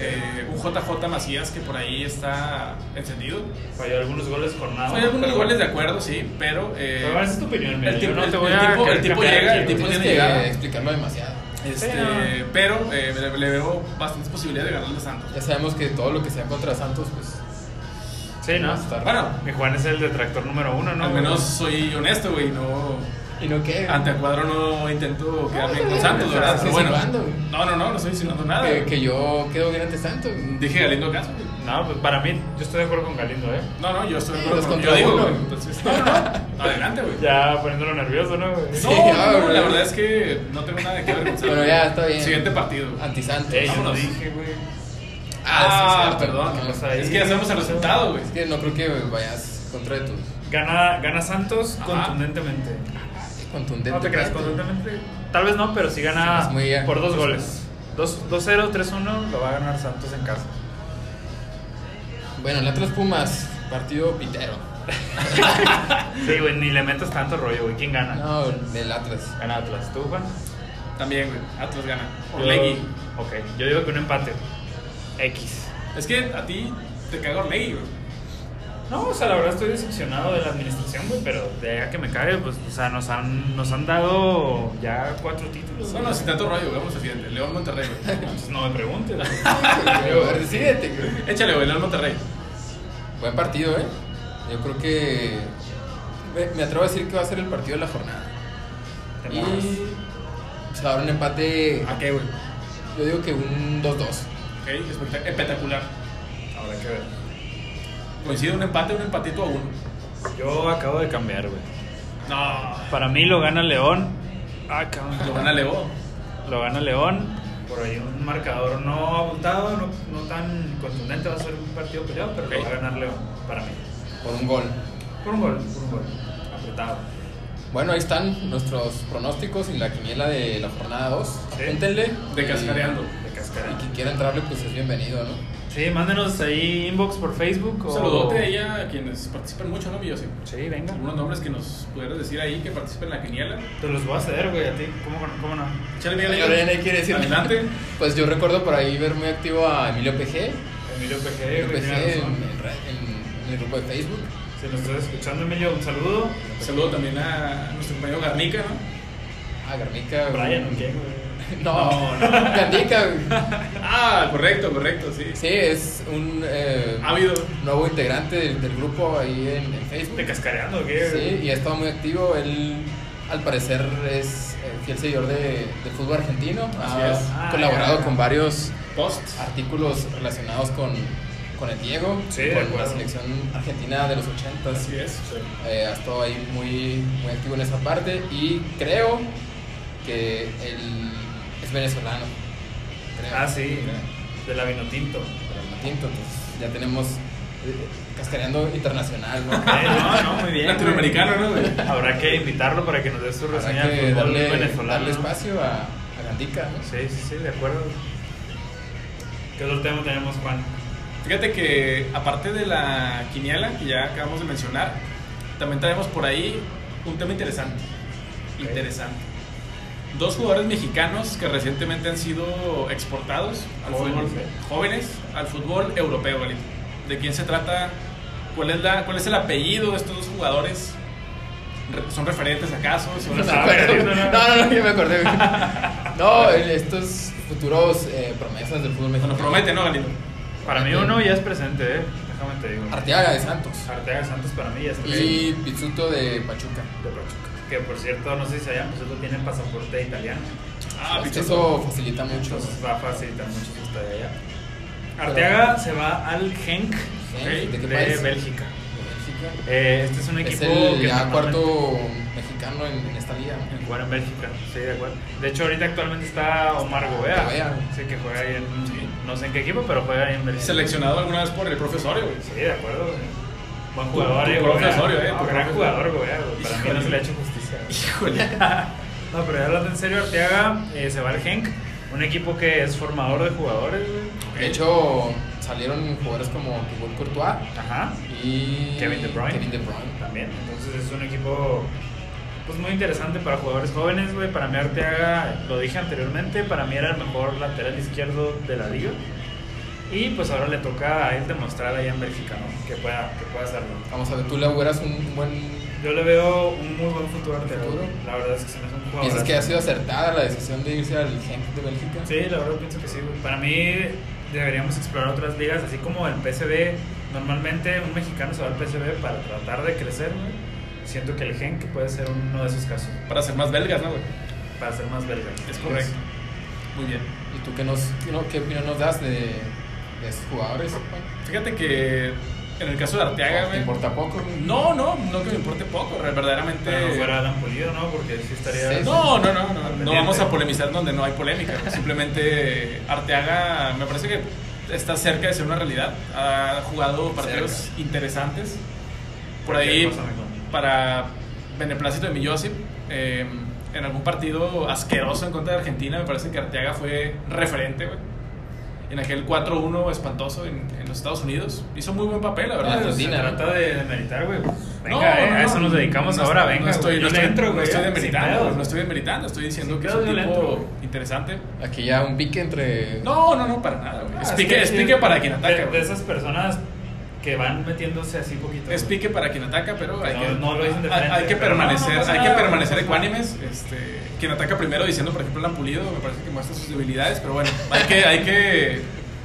Speaker 1: Eh, un JJ Macías que por ahí está encendido.
Speaker 2: Falló algunos goles jornada.
Speaker 1: Hay algunos goles de acuerdo, sí, pero... eh,
Speaker 2: Ah, Pero esa es tu opinión, mira,
Speaker 1: el
Speaker 2: yo
Speaker 1: tipo-
Speaker 2: no te
Speaker 1: el-
Speaker 2: voy
Speaker 1: el
Speaker 2: a
Speaker 1: tipo-
Speaker 2: querer
Speaker 1: el tipo
Speaker 2: cambiar
Speaker 1: llega,
Speaker 2: aquí,
Speaker 1: el tipo
Speaker 2: güey.
Speaker 3: Tienes
Speaker 1: tiene
Speaker 3: que
Speaker 1: llegada.
Speaker 3: explicarlo demasiado.
Speaker 1: Este,
Speaker 2: Sí,
Speaker 1: pero eh, le, le veo bastantes posibilidades de ganarle a Santos.
Speaker 3: Ya sabemos que todo lo que sea contra Santos, pues.
Speaker 2: Sí,
Speaker 3: va a
Speaker 2: ¿no?
Speaker 3: estar-
Speaker 1: Bueno,
Speaker 2: Mi Juan es el detractor número uno, ¿no?
Speaker 1: al menos soy honesto, güey, no...
Speaker 3: ¿Y no qué?
Speaker 1: Ante el cuadro no intento quedarme
Speaker 3: no,
Speaker 1: con
Speaker 3: no,
Speaker 1: Santos,
Speaker 3: no,
Speaker 1: ¿verdad?
Speaker 3: Ah, estás
Speaker 1: Pero bueno,
Speaker 3: insinuando, güey.
Speaker 1: no, no, no, no estoy insinuando nada.
Speaker 3: Que, que yo quedo bien ante Santos. güey.
Speaker 1: Dije Galindo Caso. güey.
Speaker 2: No, pues para mí, yo estoy de acuerdo con Galindo, ¿eh?
Speaker 1: No, no, yo estoy de
Speaker 3: Sí,
Speaker 1: acuerdo
Speaker 3: dos
Speaker 1: con lo que
Speaker 3: contra
Speaker 1: yo digo,
Speaker 3: uno.
Speaker 1: güey. Entonces, no, no, no, adelante, güey.
Speaker 2: Ya poniéndolo nervioso, ¿no? güey?
Speaker 1: No,
Speaker 3: Sí,
Speaker 1: no,
Speaker 3: ah,
Speaker 1: no,
Speaker 3: güey.
Speaker 1: la verdad es que no tengo nada que ver con Santos.
Speaker 3: Bueno, ya, está bien.
Speaker 1: Siguiente partido. güey.
Speaker 3: Anti Santos.
Speaker 2: Ey, yo lo
Speaker 1: Vámonos.
Speaker 2: dije, güey.
Speaker 1: Ah,
Speaker 3: sí, sí,
Speaker 1: perdón.
Speaker 3: sí,
Speaker 2: vamos
Speaker 3: sí.
Speaker 2: a-
Speaker 1: Es que ya sabemos el resultado, güey.
Speaker 3: Es que no creo que vayas contra de tus.
Speaker 2: Gana, gana Santos
Speaker 1: Ajá.
Speaker 2: contundentemente.
Speaker 3: Contundente.
Speaker 2: No te creas, contundentemente. Tal vez no, pero sí
Speaker 3: Sí,
Speaker 2: gana
Speaker 3: es muy-
Speaker 2: por dos goles. Dos- 2-0, 3-1, lo va a ganar Santos en casa.
Speaker 3: Bueno, el Atlas Pumas, partido pitero.
Speaker 2: Sí, güey, ni le metas tanto rollo, güey. ¿Quién gana?
Speaker 3: No, del Atlas.
Speaker 2: Gana Atlas. ¿Tú, Juan?
Speaker 1: También, güey. Atlas gana.
Speaker 2: Yo-
Speaker 1: Orlegui.
Speaker 2: Ok, yo digo que un empate. X.
Speaker 1: Es que a ti te caga Orlegui, güey.
Speaker 2: No, o sea, la verdad estoy decepcionado de la administración, güey, pero de ahí a que me cague, pues, o sea, nos han, nos han dado ya cuatro títulos.
Speaker 1: No,
Speaker 2: güey.
Speaker 1: no, sin tanto rollo, güey. Vamos al siguiente. León Monterrey, güey.
Speaker 2: Entonces no me preguntes. güey.
Speaker 3: Decídete, güey.
Speaker 1: Échale, güey, León Monterrey.
Speaker 3: Buen partido, ¿eh? Yo creo que. me- Me atrevo a decir que va a ser el partido de la jornada.
Speaker 2: Te
Speaker 3: Y.
Speaker 2: morras.
Speaker 3: Se va a dar un empate.
Speaker 1: ¿A qué, güey?
Speaker 3: Yo digo que un 2-2.
Speaker 1: Ok, espectac- espectacular.
Speaker 2: Habrá que ver.
Speaker 1: Coincide un empate, un empatito a uno.
Speaker 2: Yo acabo de cambiar, güey.
Speaker 1: No.
Speaker 2: Para mí lo gana León. Ah, cabrón.
Speaker 1: Lo gana León.
Speaker 2: Lo gana León. Por ahí un marcador no abultado, no, no tan contundente. Va a ser un partido peleado, pero
Speaker 1: Ok.
Speaker 2: lo va a ganar León, para mí.
Speaker 3: Por un gol.
Speaker 2: Por un gol, por un gol. Apretado.
Speaker 3: Bueno, ahí están nuestros pronósticos y la quiniela de la jornada 2.
Speaker 2: Sí.
Speaker 3: Apúntenle.
Speaker 1: De
Speaker 3: Y-
Speaker 1: cascareando.
Speaker 2: De
Speaker 3: Y
Speaker 2: cascada.
Speaker 3: quien quiera entrarle, pues es bienvenido, ¿no?
Speaker 2: Sí, mándenos ahí inbox por Facebook.
Speaker 1: Un
Speaker 2: O...
Speaker 1: saludote ahí a quienes participan mucho, ¿no, Villosi?
Speaker 2: Sí, venga.
Speaker 1: Algunos nombres que nos pudieras decir ahí que participen en la quiniela.
Speaker 2: Te los voy a ceder, güey, a ti. ¿Cómo, cómo no?
Speaker 1: Échale,
Speaker 3: Señor
Speaker 1: Miguel.
Speaker 3: N, ¿quiere decir?
Speaker 1: Adelante.
Speaker 3: Pues yo recuerdo por ahí ver muy activo a Emilio PG.
Speaker 2: Emilio PG,
Speaker 3: Emilio
Speaker 2: güey,
Speaker 3: PG
Speaker 2: tiene
Speaker 3: en,
Speaker 2: razón.
Speaker 3: en ra- en- en el grupo de Facebook.
Speaker 2: Si nos estás escuchando, Emilio, un saludo.
Speaker 1: Un saludo también a nuestro compañero Garnica, ¿no?
Speaker 3: A Ah, Garnica.
Speaker 2: Brian, ¿o
Speaker 3: güey.
Speaker 2: qué, güey?
Speaker 3: No, Garnica. güey.
Speaker 1: Ah, correcto, correcto, sí.
Speaker 3: Sí, es un eh,
Speaker 1: Ávido.
Speaker 3: nuevo integrante del, del grupo ahí en, en Facebook.
Speaker 2: ¿Te cascareando o qué?
Speaker 3: Sí,
Speaker 2: güey?
Speaker 3: y ha estado muy activo. Él, al parecer, es eh, fiel seguidor de, del fútbol argentino.
Speaker 1: Así
Speaker 3: ha
Speaker 1: es.
Speaker 2: Ah,
Speaker 3: colaborado
Speaker 2: ya.
Speaker 3: con varios
Speaker 1: Post.
Speaker 3: artículos relacionados con, con el Diego,
Speaker 2: Sí, de
Speaker 3: con la
Speaker 2: acuerdo.
Speaker 3: selección argentina de los 80.
Speaker 1: Así es.
Speaker 3: Eh, ha estado ahí muy, muy activo en esa parte y creo que él es venezolano. Creo.
Speaker 2: Ah, sí. De la Vinotinto.
Speaker 3: Pero no tinto, entonces, ya tenemos Castereando internacional, ¿no?
Speaker 2: Eh, no, no, muy bien. güey.
Speaker 1: Latinoamericano, ¿no, güey?
Speaker 2: Habrá que invitarlo para que nos dé su reseña
Speaker 3: Habrá
Speaker 2: del
Speaker 3: que
Speaker 2: fútbol
Speaker 3: darle,
Speaker 2: venezolano.
Speaker 3: darle
Speaker 2: ¿no?
Speaker 3: espacio a, a Gandica, ¿no?
Speaker 2: Sí, sí, sí, de acuerdo.
Speaker 4: ¿Qué otro tema tenemos, Juan?
Speaker 1: Fíjate que aparte de la quiniela que ya acabamos de mencionar, también traemos por ahí un tema interesante. Interesante. Dos jugadores mexicanos que recientemente han sido exportados al
Speaker 4: Jóvenes,
Speaker 1: fútbol
Speaker 4: ¿eh?
Speaker 1: jóvenes, al fútbol europeo, ¿vale? ¿De quién se trata? ¿Cuál es la cuál es el apellido de estos dos jugadores? Re- ¿Son referentes acaso? ¿Son
Speaker 3: No, me
Speaker 1: referentes?
Speaker 3: acuerdo.
Speaker 4: no, no.
Speaker 3: no, no, no, yo me acordé. güey. No, el- estos futuros eh, promesas del fútbol
Speaker 1: Nos
Speaker 3: mexicano.
Speaker 1: lo promete, ¿no, Galindo?
Speaker 2: Para mí uno ya es presente, ¿eh? Déjame te digo.
Speaker 3: Arteaga de Santos
Speaker 2: Arteaga Santos para mí ya es presente.
Speaker 3: y Pizzuto de Pachuca.
Speaker 2: De Pachuca.
Speaker 4: Que por cierto, no sé si sabían, pues ellos tienen pasaporte italiano.
Speaker 1: Ah,
Speaker 3: Pues
Speaker 1: pichoso.
Speaker 3: Eso facilita mucho.
Speaker 4: Entonces va a facilitar mucho su estadía allá. Arteaga se va al Genk
Speaker 3: Genk,
Speaker 4: ok,
Speaker 3: ¿de qué
Speaker 4: de,
Speaker 3: país?
Speaker 4: Bélgica.
Speaker 3: México.
Speaker 2: Eh, este es un
Speaker 3: Es
Speaker 2: equipo
Speaker 3: el
Speaker 2: que
Speaker 3: ya
Speaker 2: normalmente-
Speaker 3: cuarto mexicano en, en esta liga.
Speaker 2: en jugar en Bélgica, sí, de acuerdo. De hecho, ahorita actualmente está Omar Gobea.
Speaker 3: Gobea.
Speaker 2: Sí, que juega ahí en. No sé en qué equipo, pero juega ahí en Bélgica.
Speaker 1: Seleccionado alguna vez por el profesor, güey.
Speaker 2: Sí, de acuerdo. güey. Buen
Speaker 1: Tu-
Speaker 2: jugador,
Speaker 1: tu
Speaker 2: eh,
Speaker 1: profe
Speaker 2: Gobea.
Speaker 1: Osorio, eh,
Speaker 2: No,
Speaker 1: tu
Speaker 2: gran
Speaker 1: profe
Speaker 2: jugador, Gobea, güey. Para mí no
Speaker 1: Híjole.
Speaker 2: se le ha hecho justicia. güey.
Speaker 1: Híjole.
Speaker 2: No, pero ya hablando en serio, Arteaga eh, se va al Genk, un equipo que es formador de jugadores, güey.
Speaker 3: De hecho, salieron jugadores como Thibaut Courtois
Speaker 2: Ajá.
Speaker 3: y
Speaker 2: Kevin De Bruyne.
Speaker 3: Kevin De Bruyne.
Speaker 2: También, entonces es un equipo pues muy interesante para jugadores jóvenes, güey. Para mí Arteaga, lo dije anteriormente, para mí era el mejor lateral izquierdo de la liga. Y pues ahora le toca a él demostrar allá en Bélgica, ¿no? Que pueda, que pueda hacerlo.
Speaker 3: Vamos a ver, tú le auguras un buen.
Speaker 2: Yo le veo un muy buen futuro a Arteaga.
Speaker 3: ¿Futuro?
Speaker 2: La verdad es que se me hace un jugador.
Speaker 3: ¿Piensas que ha sido acertada la decisión de irse al Genk de Bélgica?
Speaker 2: Sí, la verdad pienso que sí, güey. Para mí deberíamos explorar otras ligas, así como el PSV. Normalmente un mexicano se va al PSV para tratar de crecer, güey. Siento que el Genk puede ser uno de esos casos,
Speaker 1: Para ser más belgas, ¿no, güey?
Speaker 2: para ser más belga.
Speaker 1: Es correcto. Muy bien.
Speaker 3: ¿Y tú qué, nos, qué, no- qué opinión nos das de, de esos jugadores? Juan?
Speaker 1: Fíjate que en el caso de Arteaga,
Speaker 3: ¿Te
Speaker 1: güey.
Speaker 3: importa poco?
Speaker 1: No, no, no que me importe poco, re- verdaderamente.
Speaker 2: Pero no fuera Alan Pulido, ¿no? Porque sí estaría...
Speaker 3: Sí.
Speaker 1: No, no, no, no, no
Speaker 2: Pendiente.
Speaker 1: vamos a polemizar donde no hay polémica. güey. Simplemente Arteaga me parece que está cerca de ser una realidad. Ha jugado partidos
Speaker 3: Cerca.
Speaker 1: interesantes. Por
Speaker 2: Cualquier
Speaker 1: ahí,
Speaker 2: cosa mejor.
Speaker 1: para beneplácito de Millosip, eh, en algún partido asqueroso en contra de Argentina, me parece que Arteaga fue referente, güey. En aquel 4-1 espantoso en, en los Estados Unidos. Hizo muy buen papel, la verdad.
Speaker 3: En
Speaker 2: Se
Speaker 3: Argentina.
Speaker 2: trata de, de meditar, güey. Venga,
Speaker 1: pues, No,
Speaker 2: eh, a
Speaker 1: no,
Speaker 2: eso nos dedicamos
Speaker 1: no
Speaker 2: ahora,
Speaker 1: estoy-
Speaker 2: venga.
Speaker 1: No estoy,
Speaker 2: güey.
Speaker 1: no
Speaker 2: yo le
Speaker 1: estoy-
Speaker 2: entro,
Speaker 1: no
Speaker 2: güey.
Speaker 1: estoy
Speaker 2: sin
Speaker 1: demeritando,
Speaker 2: pedos. Ah,
Speaker 1: no estoy demeritando, estoy diciendo
Speaker 2: Sin
Speaker 1: que es
Speaker 2: pedos,
Speaker 1: un
Speaker 2: yo le
Speaker 1: tipo
Speaker 2: entro, güey.
Speaker 1: interesante.
Speaker 3: Aquí ya un pique entre.
Speaker 1: No, no, no, para nada, güey.
Speaker 2: Ah,
Speaker 1: Es
Speaker 2: es
Speaker 1: pique,
Speaker 2: que-
Speaker 1: es pique para quien
Speaker 2: de-
Speaker 1: ataca,
Speaker 2: De
Speaker 1: güey.
Speaker 2: esas personas que van metiéndose así poquito.
Speaker 1: Es
Speaker 2: güey.
Speaker 1: pique para quien ataca, pero hay
Speaker 2: No,
Speaker 1: que,
Speaker 2: no lo dicen de
Speaker 1: hay-
Speaker 2: frente,
Speaker 1: hay que
Speaker 2: pero no,
Speaker 1: permanecer,
Speaker 2: no pasa
Speaker 1: hay que
Speaker 2: nada,
Speaker 1: permanecer
Speaker 2: no pasa nada.
Speaker 1: ecuánimes. Este, quien ataca primero diciendo, por ejemplo, el Ampulido, me parece que muestra sus debilidades, pero bueno, hay que, hay que,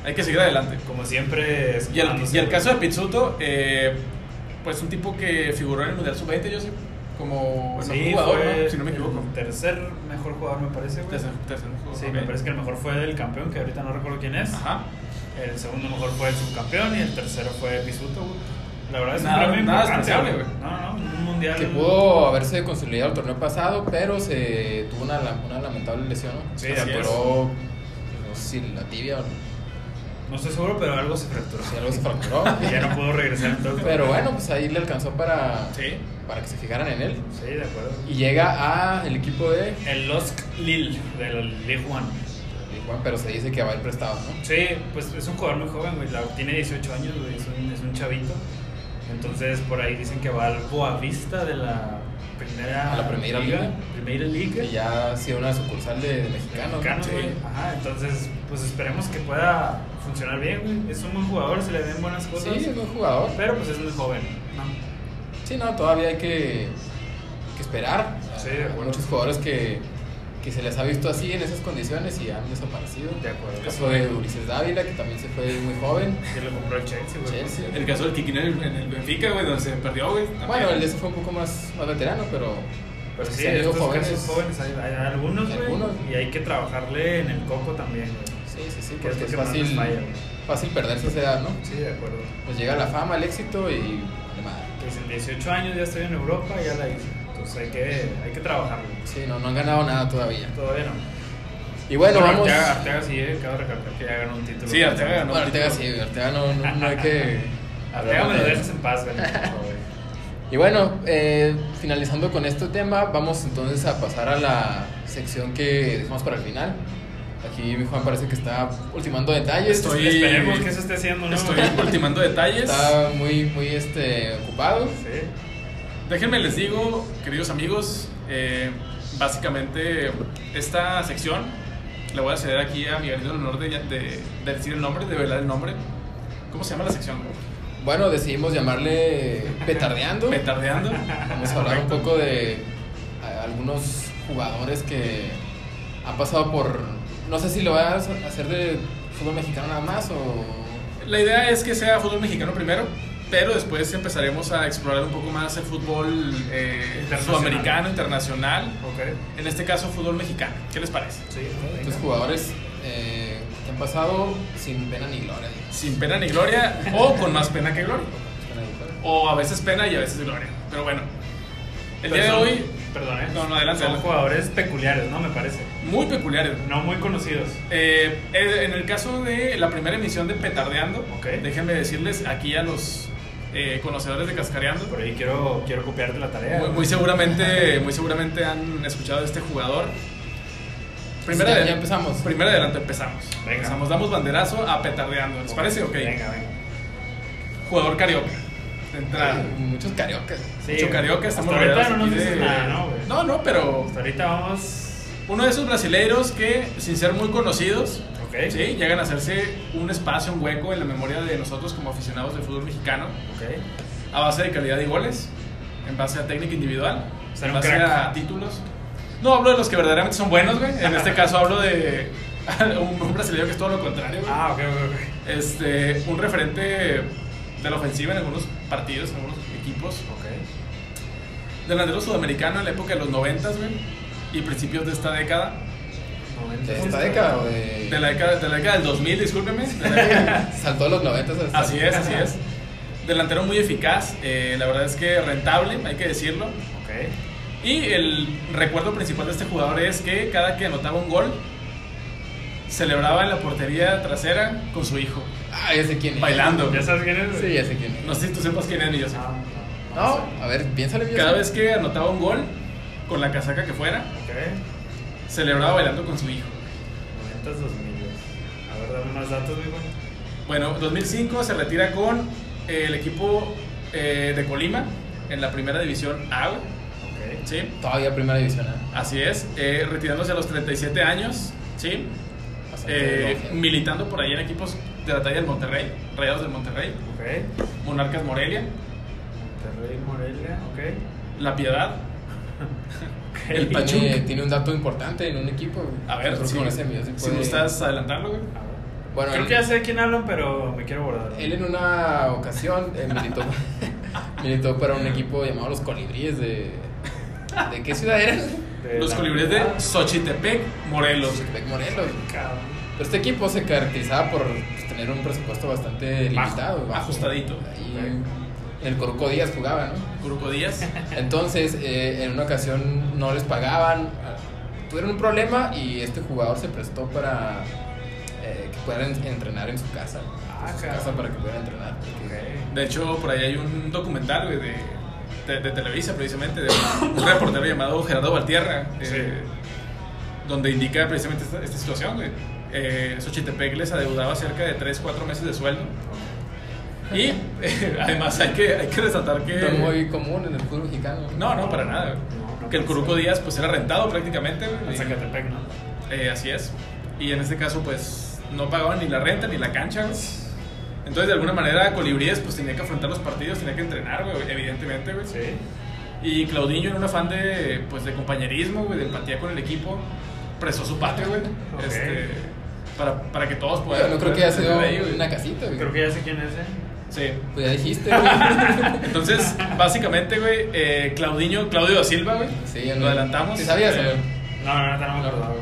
Speaker 1: hay que seguir adelante.
Speaker 2: Como siempre,
Speaker 1: Y el,
Speaker 2: escudándose,
Speaker 1: y el
Speaker 2: güey.
Speaker 1: caso de Pizzuto, eh, pues un tipo que figuró en el Mundial Sub-20, yo sé, como el mejor
Speaker 2: Sí,
Speaker 1: jugador,
Speaker 2: fue
Speaker 1: ¿no? si no me equivoco.
Speaker 2: El tercer mejor jugador, me parece, güey.
Speaker 1: Tercer- tercer jugador,
Speaker 2: Sí,
Speaker 1: ok.
Speaker 2: me parece que el mejor fue el campeón, que ahorita no recuerdo quién es.
Speaker 1: Ajá.
Speaker 2: El segundo mejor fue el subcampeón y el tercero fue Pisuto, güey. La verdad es un
Speaker 1: Nada-
Speaker 2: premio
Speaker 1: nada
Speaker 2: importante,
Speaker 1: despreciable, güey.
Speaker 2: No, no, un mundial.
Speaker 3: Que pudo haberse consolidado el torneo pasado, pero se tuvo una, la- una lamentable lesión. ¿no? se
Speaker 2: Sí, de
Speaker 3: fracturó, no sé si la tibia o si
Speaker 2: No estoy seguro, pero algo se fracturó.
Speaker 3: algo se fracturó.
Speaker 2: Y ya no pudo regresar entonces.
Speaker 3: pero bueno, pues ahí le alcanzó para,
Speaker 1: Sí.
Speaker 3: para que se fijaran en él.
Speaker 2: Sí, de acuerdo.
Speaker 3: Y llega a el equipo de
Speaker 2: El Losk Lille del League One.
Speaker 3: de Juan, pero se dice que va a ir prestado, ¿no?
Speaker 2: Sí, pues es un jugador muy joven, güey. la- Tiene 18 años, güey. Es un, es un chavito. Entonces, por ahí dicen que va al Boavista de la primera,
Speaker 3: A la primera liga.
Speaker 2: Primera liga.
Speaker 3: Que ya ha sido una sucursal de, de mexicanos.
Speaker 2: Mexicano,
Speaker 3: Sí. Ah,
Speaker 2: güey. Ajá, entonces, pues esperemos que pueda funcionar bien, güey. Es un buen jugador, se le ven buenas cosas.
Speaker 3: pues Sí, es un buen jugador.
Speaker 2: Pero pues es muy joven. ¿no?
Speaker 3: Sí, no, todavía hay que, que esperar.
Speaker 2: Sí,
Speaker 3: Hay
Speaker 2: de acuerdo.
Speaker 3: muchos jugadores que, que se les ha visto así en esas condiciones y han desaparecido.
Speaker 2: De acuerdo.
Speaker 3: El caso de Ulises Dávila, que también se fue muy joven.
Speaker 2: Que lo compró el Chelsea, güey.
Speaker 3: Chelsea.
Speaker 1: El caso del Kikín en el, en el Benfica, güey, donde se perdió, güey. también.
Speaker 3: Bueno, el de ese fue un poco más, más veterano, pero. pues,
Speaker 2: Pero sí,
Speaker 3: se han ido
Speaker 2: estos
Speaker 3: jóvenes.
Speaker 2: casos jóvenes hay, hay algunos, güey.
Speaker 3: Algunos.
Speaker 2: Y hay que trabajarle en el coco también, güey.
Speaker 3: Sí, sí, sí,
Speaker 2: Que
Speaker 3: porque
Speaker 2: es
Speaker 3: es
Speaker 2: lo que más les
Speaker 3: fácil,
Speaker 2: falla, güey.
Speaker 3: fácil perderse esa edad, ¿no?
Speaker 2: Sí, de acuerdo.
Speaker 3: Pues llega la fama, el éxito y. de madre.
Speaker 2: Pues en 18 años ya estoy en Europa, ya la hice. Entonces hay que, hay que trabajarlo.
Speaker 3: Sí, no, no han ganado nada todavía.
Speaker 2: Todavía no.
Speaker 3: Y bueno,
Speaker 2: Pero
Speaker 3: vamos.
Speaker 2: Arteaga, Arteaga sí, eh, acabo de recalcar que ya ganó un título.
Speaker 1: Sí, Arteaga ganó.
Speaker 3: Bueno, Arteaga sí, Arteaga no, no, no hay que
Speaker 2: Arteaga me lo dejas en paz, güey.
Speaker 3: Y bueno, eh, finalizando con este tema, vamos entonces a pasar a la sección que dejamos para el final. Aquí mi Juan parece que está ultimando detalles.
Speaker 1: Estoy-
Speaker 2: Pues Esperemos que eso esté haciendo, ¿no?
Speaker 1: Estoy ultimando detalles.
Speaker 3: Está muy, muy este, ocupado.
Speaker 2: Sí.
Speaker 1: Déjenme les digo, queridos amigos, eh, básicamente esta sección la voy a ceder aquí a Miguelito en honor de, de- de decir el nombre, de velar el nombre. ¿Cómo se llama la sección?
Speaker 3: Bueno, decidimos llamarle Petardeando.
Speaker 1: Petardeando.
Speaker 3: Vamos a hablar un poco de a- algunos jugadores que han pasado por. No sé si lo vas a hacer de fútbol mexicano nada más o.
Speaker 1: La idea es que sea fútbol mexicano primero, pero después empezaremos a explorar un poco más el fútbol eh,
Speaker 2: Internacional.
Speaker 1: sudamericano, internacional.
Speaker 2: Ok.
Speaker 1: En este caso, fútbol mexicano. ¿Qué les parece?
Speaker 2: Sí,
Speaker 3: Estos jugadores eh, que han pasado sin pena ni gloria. digamos.
Speaker 1: Sin pena ni gloria o con más pena que gloria. O a veces pena y a veces gloria. Pero bueno, el día de hoy,
Speaker 2: Perdón, ¿eh?
Speaker 1: No, no, adelante,
Speaker 2: Son
Speaker 1: adelante.
Speaker 2: jugadores peculiares, ¿no? Me parece.
Speaker 1: muy peculiares.
Speaker 2: No muy conocidos.
Speaker 1: Eh, eh, en el caso de la primera emisión de Petardeando,
Speaker 2: Ok.
Speaker 1: déjenme decirles aquí a los eh, conocedores de Cascareando,
Speaker 2: Por ahí quiero, quiero copiarte la tarea.
Speaker 1: muy, muy seguramente, muy seguramente han escuchado de este jugador. Primera
Speaker 3: Ya-
Speaker 1: de-
Speaker 3: ya empezamos.
Speaker 1: Primera adelante empezamos.
Speaker 2: Venga.
Speaker 1: Empezamos, damos banderazo a Petardeando. ¿Les parece? Ok.
Speaker 2: Venga, venga.
Speaker 1: Jugador carioca. De entrada.
Speaker 3: Muchos cariocas.
Speaker 1: Mucho carioca,
Speaker 2: hasta
Speaker 1: estamos
Speaker 2: ahorita no
Speaker 1: rodeados
Speaker 2: nos
Speaker 1: aquí de-
Speaker 2: dices nada, ¿no? güey?
Speaker 1: No, no, pero
Speaker 2: Hasta ahorita vamos.
Speaker 1: uno de esos brasileiros que, sin ser muy conocidos,
Speaker 2: Ok.
Speaker 1: Sí, llegan a hacerse un espacio, un hueco en la memoria de nosotros como aficionados del fútbol mexicano,
Speaker 2: Ok.
Speaker 1: a base de calidad y goles, en base a técnica individual,
Speaker 2: Será
Speaker 1: en
Speaker 2: un
Speaker 1: base
Speaker 2: crack.
Speaker 1: a títulos. No hablo de los que verdaderamente son buenos, güey. En este caso hablo de un, un brasileño que es todo lo contrario, güey.
Speaker 2: Ah, ok, ok, ok.
Speaker 1: Este, un referente de la ofensiva en algunos partidos, en algunos equipos.
Speaker 2: Ok.
Speaker 1: Delantero sudamericano en la época de los 90, güey, y principios de esta década.
Speaker 3: ¿De esta década o de.?
Speaker 1: De la década, de la década del 2000, discúlpeme. de la década-
Speaker 3: Saltó a los 90 hasta.
Speaker 1: Así es, así es. Delantero muy eficaz, eh, la verdad es que rentable, hay que decirlo.
Speaker 2: Ok.
Speaker 1: Y el recuerdo principal de este jugador es que cada que anotaba un gol, celebraba en la portería trasera con su hijo,
Speaker 3: Ah, ya sé quién es.
Speaker 1: bailando.
Speaker 2: ¿Ya sabes quién es?
Speaker 3: Sí, ya sé quién es.
Speaker 1: No sé si tú sepas quién es, ni yo sé.
Speaker 2: Ah,
Speaker 3: No, a ver, piénsale bien.
Speaker 1: Cada vez que anotaba un gol, con la casaca que fuera,
Speaker 2: Ok.
Speaker 1: celebraba bailando con su hijo.
Speaker 2: 90 2000. A ver, dame más datos, mi güey.
Speaker 1: Bueno, 2005 se retira con eh, el equipo eh, de Colima en la primera división A, güey.
Speaker 2: Ok.
Speaker 1: ¿sí?
Speaker 3: Todavía primera división. ¿eh?
Speaker 1: Así es, eh, retirándose a los 37 años, ¿sí?
Speaker 3: Bastante
Speaker 1: Eh,
Speaker 3: lógico.
Speaker 1: militando por ahí en equipos de la talla del Monterrey, Rayados del Monterrey,
Speaker 2: Ok.
Speaker 1: Monarcas Morelia,
Speaker 2: Monterrey, Morelia. Ok.
Speaker 1: La Piedad. El
Speaker 3: Tiene-
Speaker 1: Pachuca.
Speaker 3: Tiene, un dato importante en un equipo. güey.
Speaker 1: A ver,
Speaker 3: Yo creo que
Speaker 1: si,
Speaker 3: Eh, con ese mío se
Speaker 1: si
Speaker 3: puede-
Speaker 1: gustas adelantarlo, güey.
Speaker 2: A ver.
Speaker 3: Bueno,
Speaker 2: Creo
Speaker 3: él,
Speaker 2: que ya sé de quién hablan, pero me quiero guardar.
Speaker 3: él en una ocasión eh, militó, militó para un equipo llamado Los Colibríes de. ¿De qué ciudad eran? Eh,
Speaker 2: De
Speaker 1: Los
Speaker 2: la-
Speaker 1: colibríes de Xochitepec, Morelos.
Speaker 3: Chapultepec, Morelos.
Speaker 2: Cabrón.
Speaker 3: Pero este equipo se caracterizaba por pues, tener un presupuesto bastante
Speaker 1: Bajo,
Speaker 3: limitado. bajo.
Speaker 1: ajustadito.
Speaker 3: Ahí el Coruco Díaz jugaba, ¿no?
Speaker 1: Grupo Díaz.
Speaker 3: Entonces, eh, en una ocasión no les pagaban, tuvieron un problema y este jugador se prestó para eh, que pudieran en- entrenar en su casa.
Speaker 2: Ah,
Speaker 3: en su
Speaker 2: cabrón.
Speaker 3: casa para que pudieran entrenar.
Speaker 2: Ok.
Speaker 1: De hecho, por ahí hay un documental güey, de, de- de Televisa, precisamente, de un reportero llamado Gerardo Valtierra, eh, donde indica precisamente esta, esta situación. güey. Eh, Xochitepec les adeudaba cerca de 3-4 meses de sueldo. Y eh, además hay que, hay que resaltar que.
Speaker 3: No es muy común en el fútbol mexicano.
Speaker 1: No, no, para nada. güey.
Speaker 2: No, no
Speaker 1: que el
Speaker 2: puede
Speaker 1: Curuco
Speaker 2: ser.
Speaker 1: Díaz pues era rentado prácticamente. güey,
Speaker 2: En
Speaker 1: y-
Speaker 2: Zacatepec, ¿no?
Speaker 1: eh, así es. Y en este caso, pues no pagaban ni la renta ni la cancha. güey. Entonces, de alguna manera, Colibríes pues tenía que afrontar los partidos, tenía que entrenar, güey, evidentemente, güey.
Speaker 2: Sí.
Speaker 1: Y Claudinho, en un afán de, pues, de compañerismo, güey, de empatía con el equipo, prestó su patio, güey.
Speaker 2: Ok.
Speaker 1: Este, para, para que todos puedan.
Speaker 3: Yo no creo que haya
Speaker 1: puedan
Speaker 3: sido
Speaker 1: tener pues, ahí, güey.
Speaker 3: una casita, güey.
Speaker 2: Creo que ya sé quién es, ¿eh?
Speaker 1: Sí.
Speaker 3: Pues ya dijiste, güey.
Speaker 1: Entonces, básicamente, güey, eh, Claudinho, Claudio da Silva, güey.
Speaker 3: Sí, ya
Speaker 1: lo
Speaker 3: no-
Speaker 1: adelantamos.
Speaker 3: ¿Sí sabías,
Speaker 1: Eh,
Speaker 3: o no?
Speaker 2: No, no, no, no me acordaba.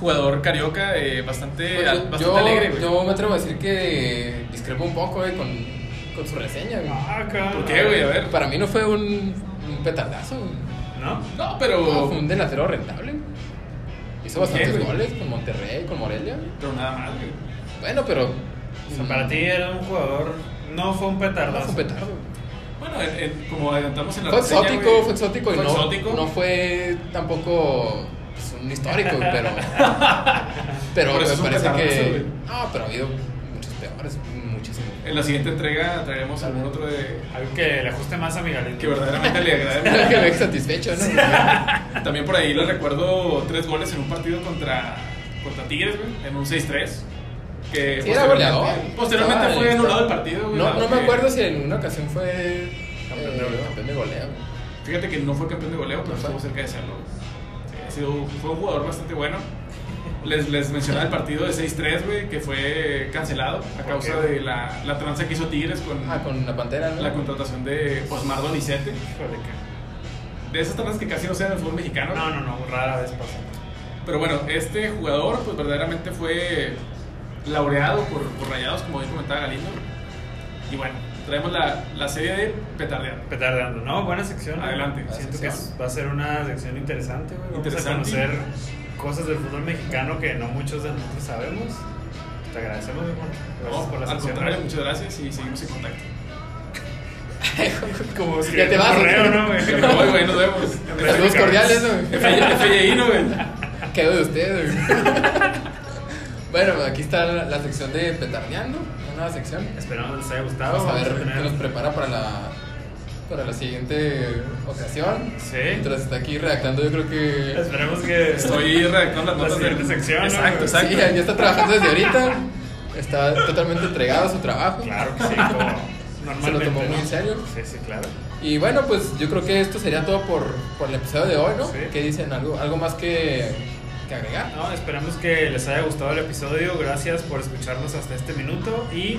Speaker 1: Jugador carioca, eh, bastante,
Speaker 3: Bueno,
Speaker 1: bastante
Speaker 3: yo,
Speaker 1: alegre, güey.
Speaker 3: yo me atrevo a decir que discrepo un poco güey, con, con su reseña. güey.
Speaker 2: Ah, cabrón.
Speaker 1: ¿Por qué, güey? A ver.
Speaker 3: Para mí no fue un, un petardazo. güey.
Speaker 2: ¿No?
Speaker 1: No, pero.
Speaker 3: No, fue un delantero rentable. Hizo bastantes
Speaker 1: güey.
Speaker 3: goles con Monterrey, con Morelia.
Speaker 1: Pero nada más, güey.
Speaker 3: Bueno, pero.
Speaker 2: O sea, para ti era un jugador No fue un petardazo.
Speaker 3: Fue un petardo.
Speaker 1: Bueno, en- en- como adelantamos en la
Speaker 3: Fue
Speaker 1: reseña,
Speaker 3: exótico,
Speaker 1: güey,
Speaker 3: fue exótico y
Speaker 1: fue
Speaker 3: no,
Speaker 1: exótico.
Speaker 3: no fue tampoco pues, un histórico, güey, pero. Pero
Speaker 1: Por eso
Speaker 3: me
Speaker 1: es un
Speaker 3: parece
Speaker 1: petardazo,
Speaker 3: que.
Speaker 1: güey.
Speaker 3: No, pero ha habido muchos peores, muchísimo.
Speaker 1: En la siguiente entrega traeremos algún otro de
Speaker 2: Algo que le ajuste más a mi galito.
Speaker 1: que verdaderamente le
Speaker 3: Creo que me
Speaker 1: agrade.
Speaker 3: deja satisfecho, ¿no?
Speaker 1: También por ahí les recuerdo tres goles en un partido contra, contra Tigres, güey, en un 6-3. Que
Speaker 3: Sí, era goleador.
Speaker 1: posteriormente
Speaker 3: Estaba
Speaker 1: fue
Speaker 3: en-
Speaker 1: anulado el partido, güey. Ah,
Speaker 3: No, no me
Speaker 1: porque-
Speaker 3: acuerdo si en una ocasión fue.
Speaker 2: Campeón
Speaker 3: eh,
Speaker 2: de goleo.
Speaker 3: campeón de goleo. güey.
Speaker 1: Fíjate que no fue campeón de goleo, pero estuvo cerca de serlo. Sí, ha sido- fue un jugador bastante bueno. Les, les mencionaba el partido de 6-3, güey, que fue cancelado a causa
Speaker 2: qué?
Speaker 1: de la, la tranza que hizo Tigres con,
Speaker 3: Ah, con la pantera, ¿no?
Speaker 1: la contratación de Osmar Donizete.
Speaker 2: Híjole, que-
Speaker 1: De esas tranzas que casi no se dan en el fútbol mexicano.
Speaker 2: No, no, no, rara vez pasa.
Speaker 1: Pero bueno, este jugador, pues verdaderamente fue laureado por, por Rayados, como bien comentaba Galindo. Y bueno, traemos la, la serie de Petardeando.
Speaker 2: Petardeando. No, buena sección. güey.
Speaker 1: Adelante.
Speaker 2: Siento que
Speaker 3: Buena
Speaker 2: es- va a ser una sección interesante, güey. Vamos
Speaker 1: Interesante.
Speaker 2: a conocer cosas del fútbol mexicano que no muchos de nosotros sabemos. Te agradecemos, güey, Juan. Gracias
Speaker 1: No,
Speaker 2: por la
Speaker 1: al
Speaker 2: sección.
Speaker 1: contrario, muchas gracias y seguimos en contacto.
Speaker 2: Como si
Speaker 3: Ya te vas,
Speaker 2: Correo,
Speaker 3: güey.
Speaker 2: ¿no, güey?
Speaker 1: Ya me voy, güey, nos vemos.
Speaker 3: Saludos cordiales, ¿no?
Speaker 1: FYI, ¿no, güey?
Speaker 3: Quedo de ustedes. bueno, pues aquí está la, la sección de petardeando, una nueva sección.
Speaker 2: Esperamos les haya gustado.
Speaker 3: Vamos a ver
Speaker 2: Ah, tener-
Speaker 3: qué nos prepara para la para la siguiente ocasión.
Speaker 2: Sí.
Speaker 3: Mientras está aquí redactando, yo creo que
Speaker 2: Esperemos que.
Speaker 1: Estoy redactando las
Speaker 2: La
Speaker 1: notas
Speaker 2: siguiente
Speaker 1: del-
Speaker 2: sección, ¿no?
Speaker 1: Exacto, exacto.
Speaker 3: sí, ya está trabajando desde ahorita. Está totalmente entregado a su trabajo.
Speaker 2: Claro que sí, como normalmente.
Speaker 3: Se lo tomó muy
Speaker 2: ¿no?
Speaker 3: en serio.
Speaker 2: Sí, sí, claro.
Speaker 3: Y bueno, pues yo creo que esto sería todo por, por el episodio de hoy, ¿no?
Speaker 2: Sí.
Speaker 3: ¿Qué dicen? ¿Algo, algo más que, que agregar?
Speaker 2: No, esperamos que les haya gustado el episodio. Gracias por escucharnos hasta este minuto y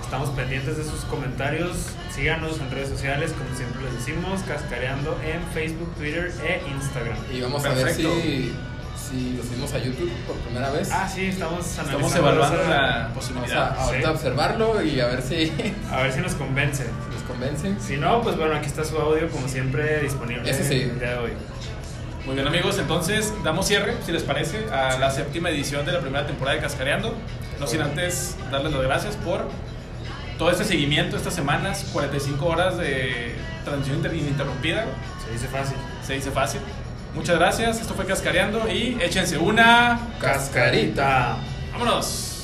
Speaker 2: estamos pendientes de sus comentarios. Síganos en redes sociales, como siempre les decimos, cascareando en Facebook, Twitter e Instagram.
Speaker 3: Y vamos a ver
Speaker 1: Perfecto.
Speaker 3: si, si lo subimos a YouTube por primera vez.
Speaker 2: Ah, sí, estamos analizando.
Speaker 1: Estamos evaluando
Speaker 2: esa-
Speaker 1: la
Speaker 3: vamos
Speaker 1: posibilidad.
Speaker 3: a, ahorita
Speaker 2: Sí.
Speaker 3: observarlo y a ver si
Speaker 2: A ver si nos convence.
Speaker 3: nos convencen.
Speaker 2: Si no, pues bueno, aquí está su audio, como siempre, disponible
Speaker 3: Ese sí.
Speaker 2: el día de hoy.
Speaker 1: Muy bien amigos, entonces damos cierre, si les parece, a la séptima edición de la primera temporada de Cascareando. No sin antes darles las gracias por todo este seguimiento estas semanas, 45 horas de transmisión inter- ininterrumpida,
Speaker 2: Se dice fácil.
Speaker 1: se dice fácil. Muchas gracias, esto fue Cascareando y échense una...
Speaker 3: Cascarita.
Speaker 2: Cascarita.
Speaker 1: ¡Vámonos!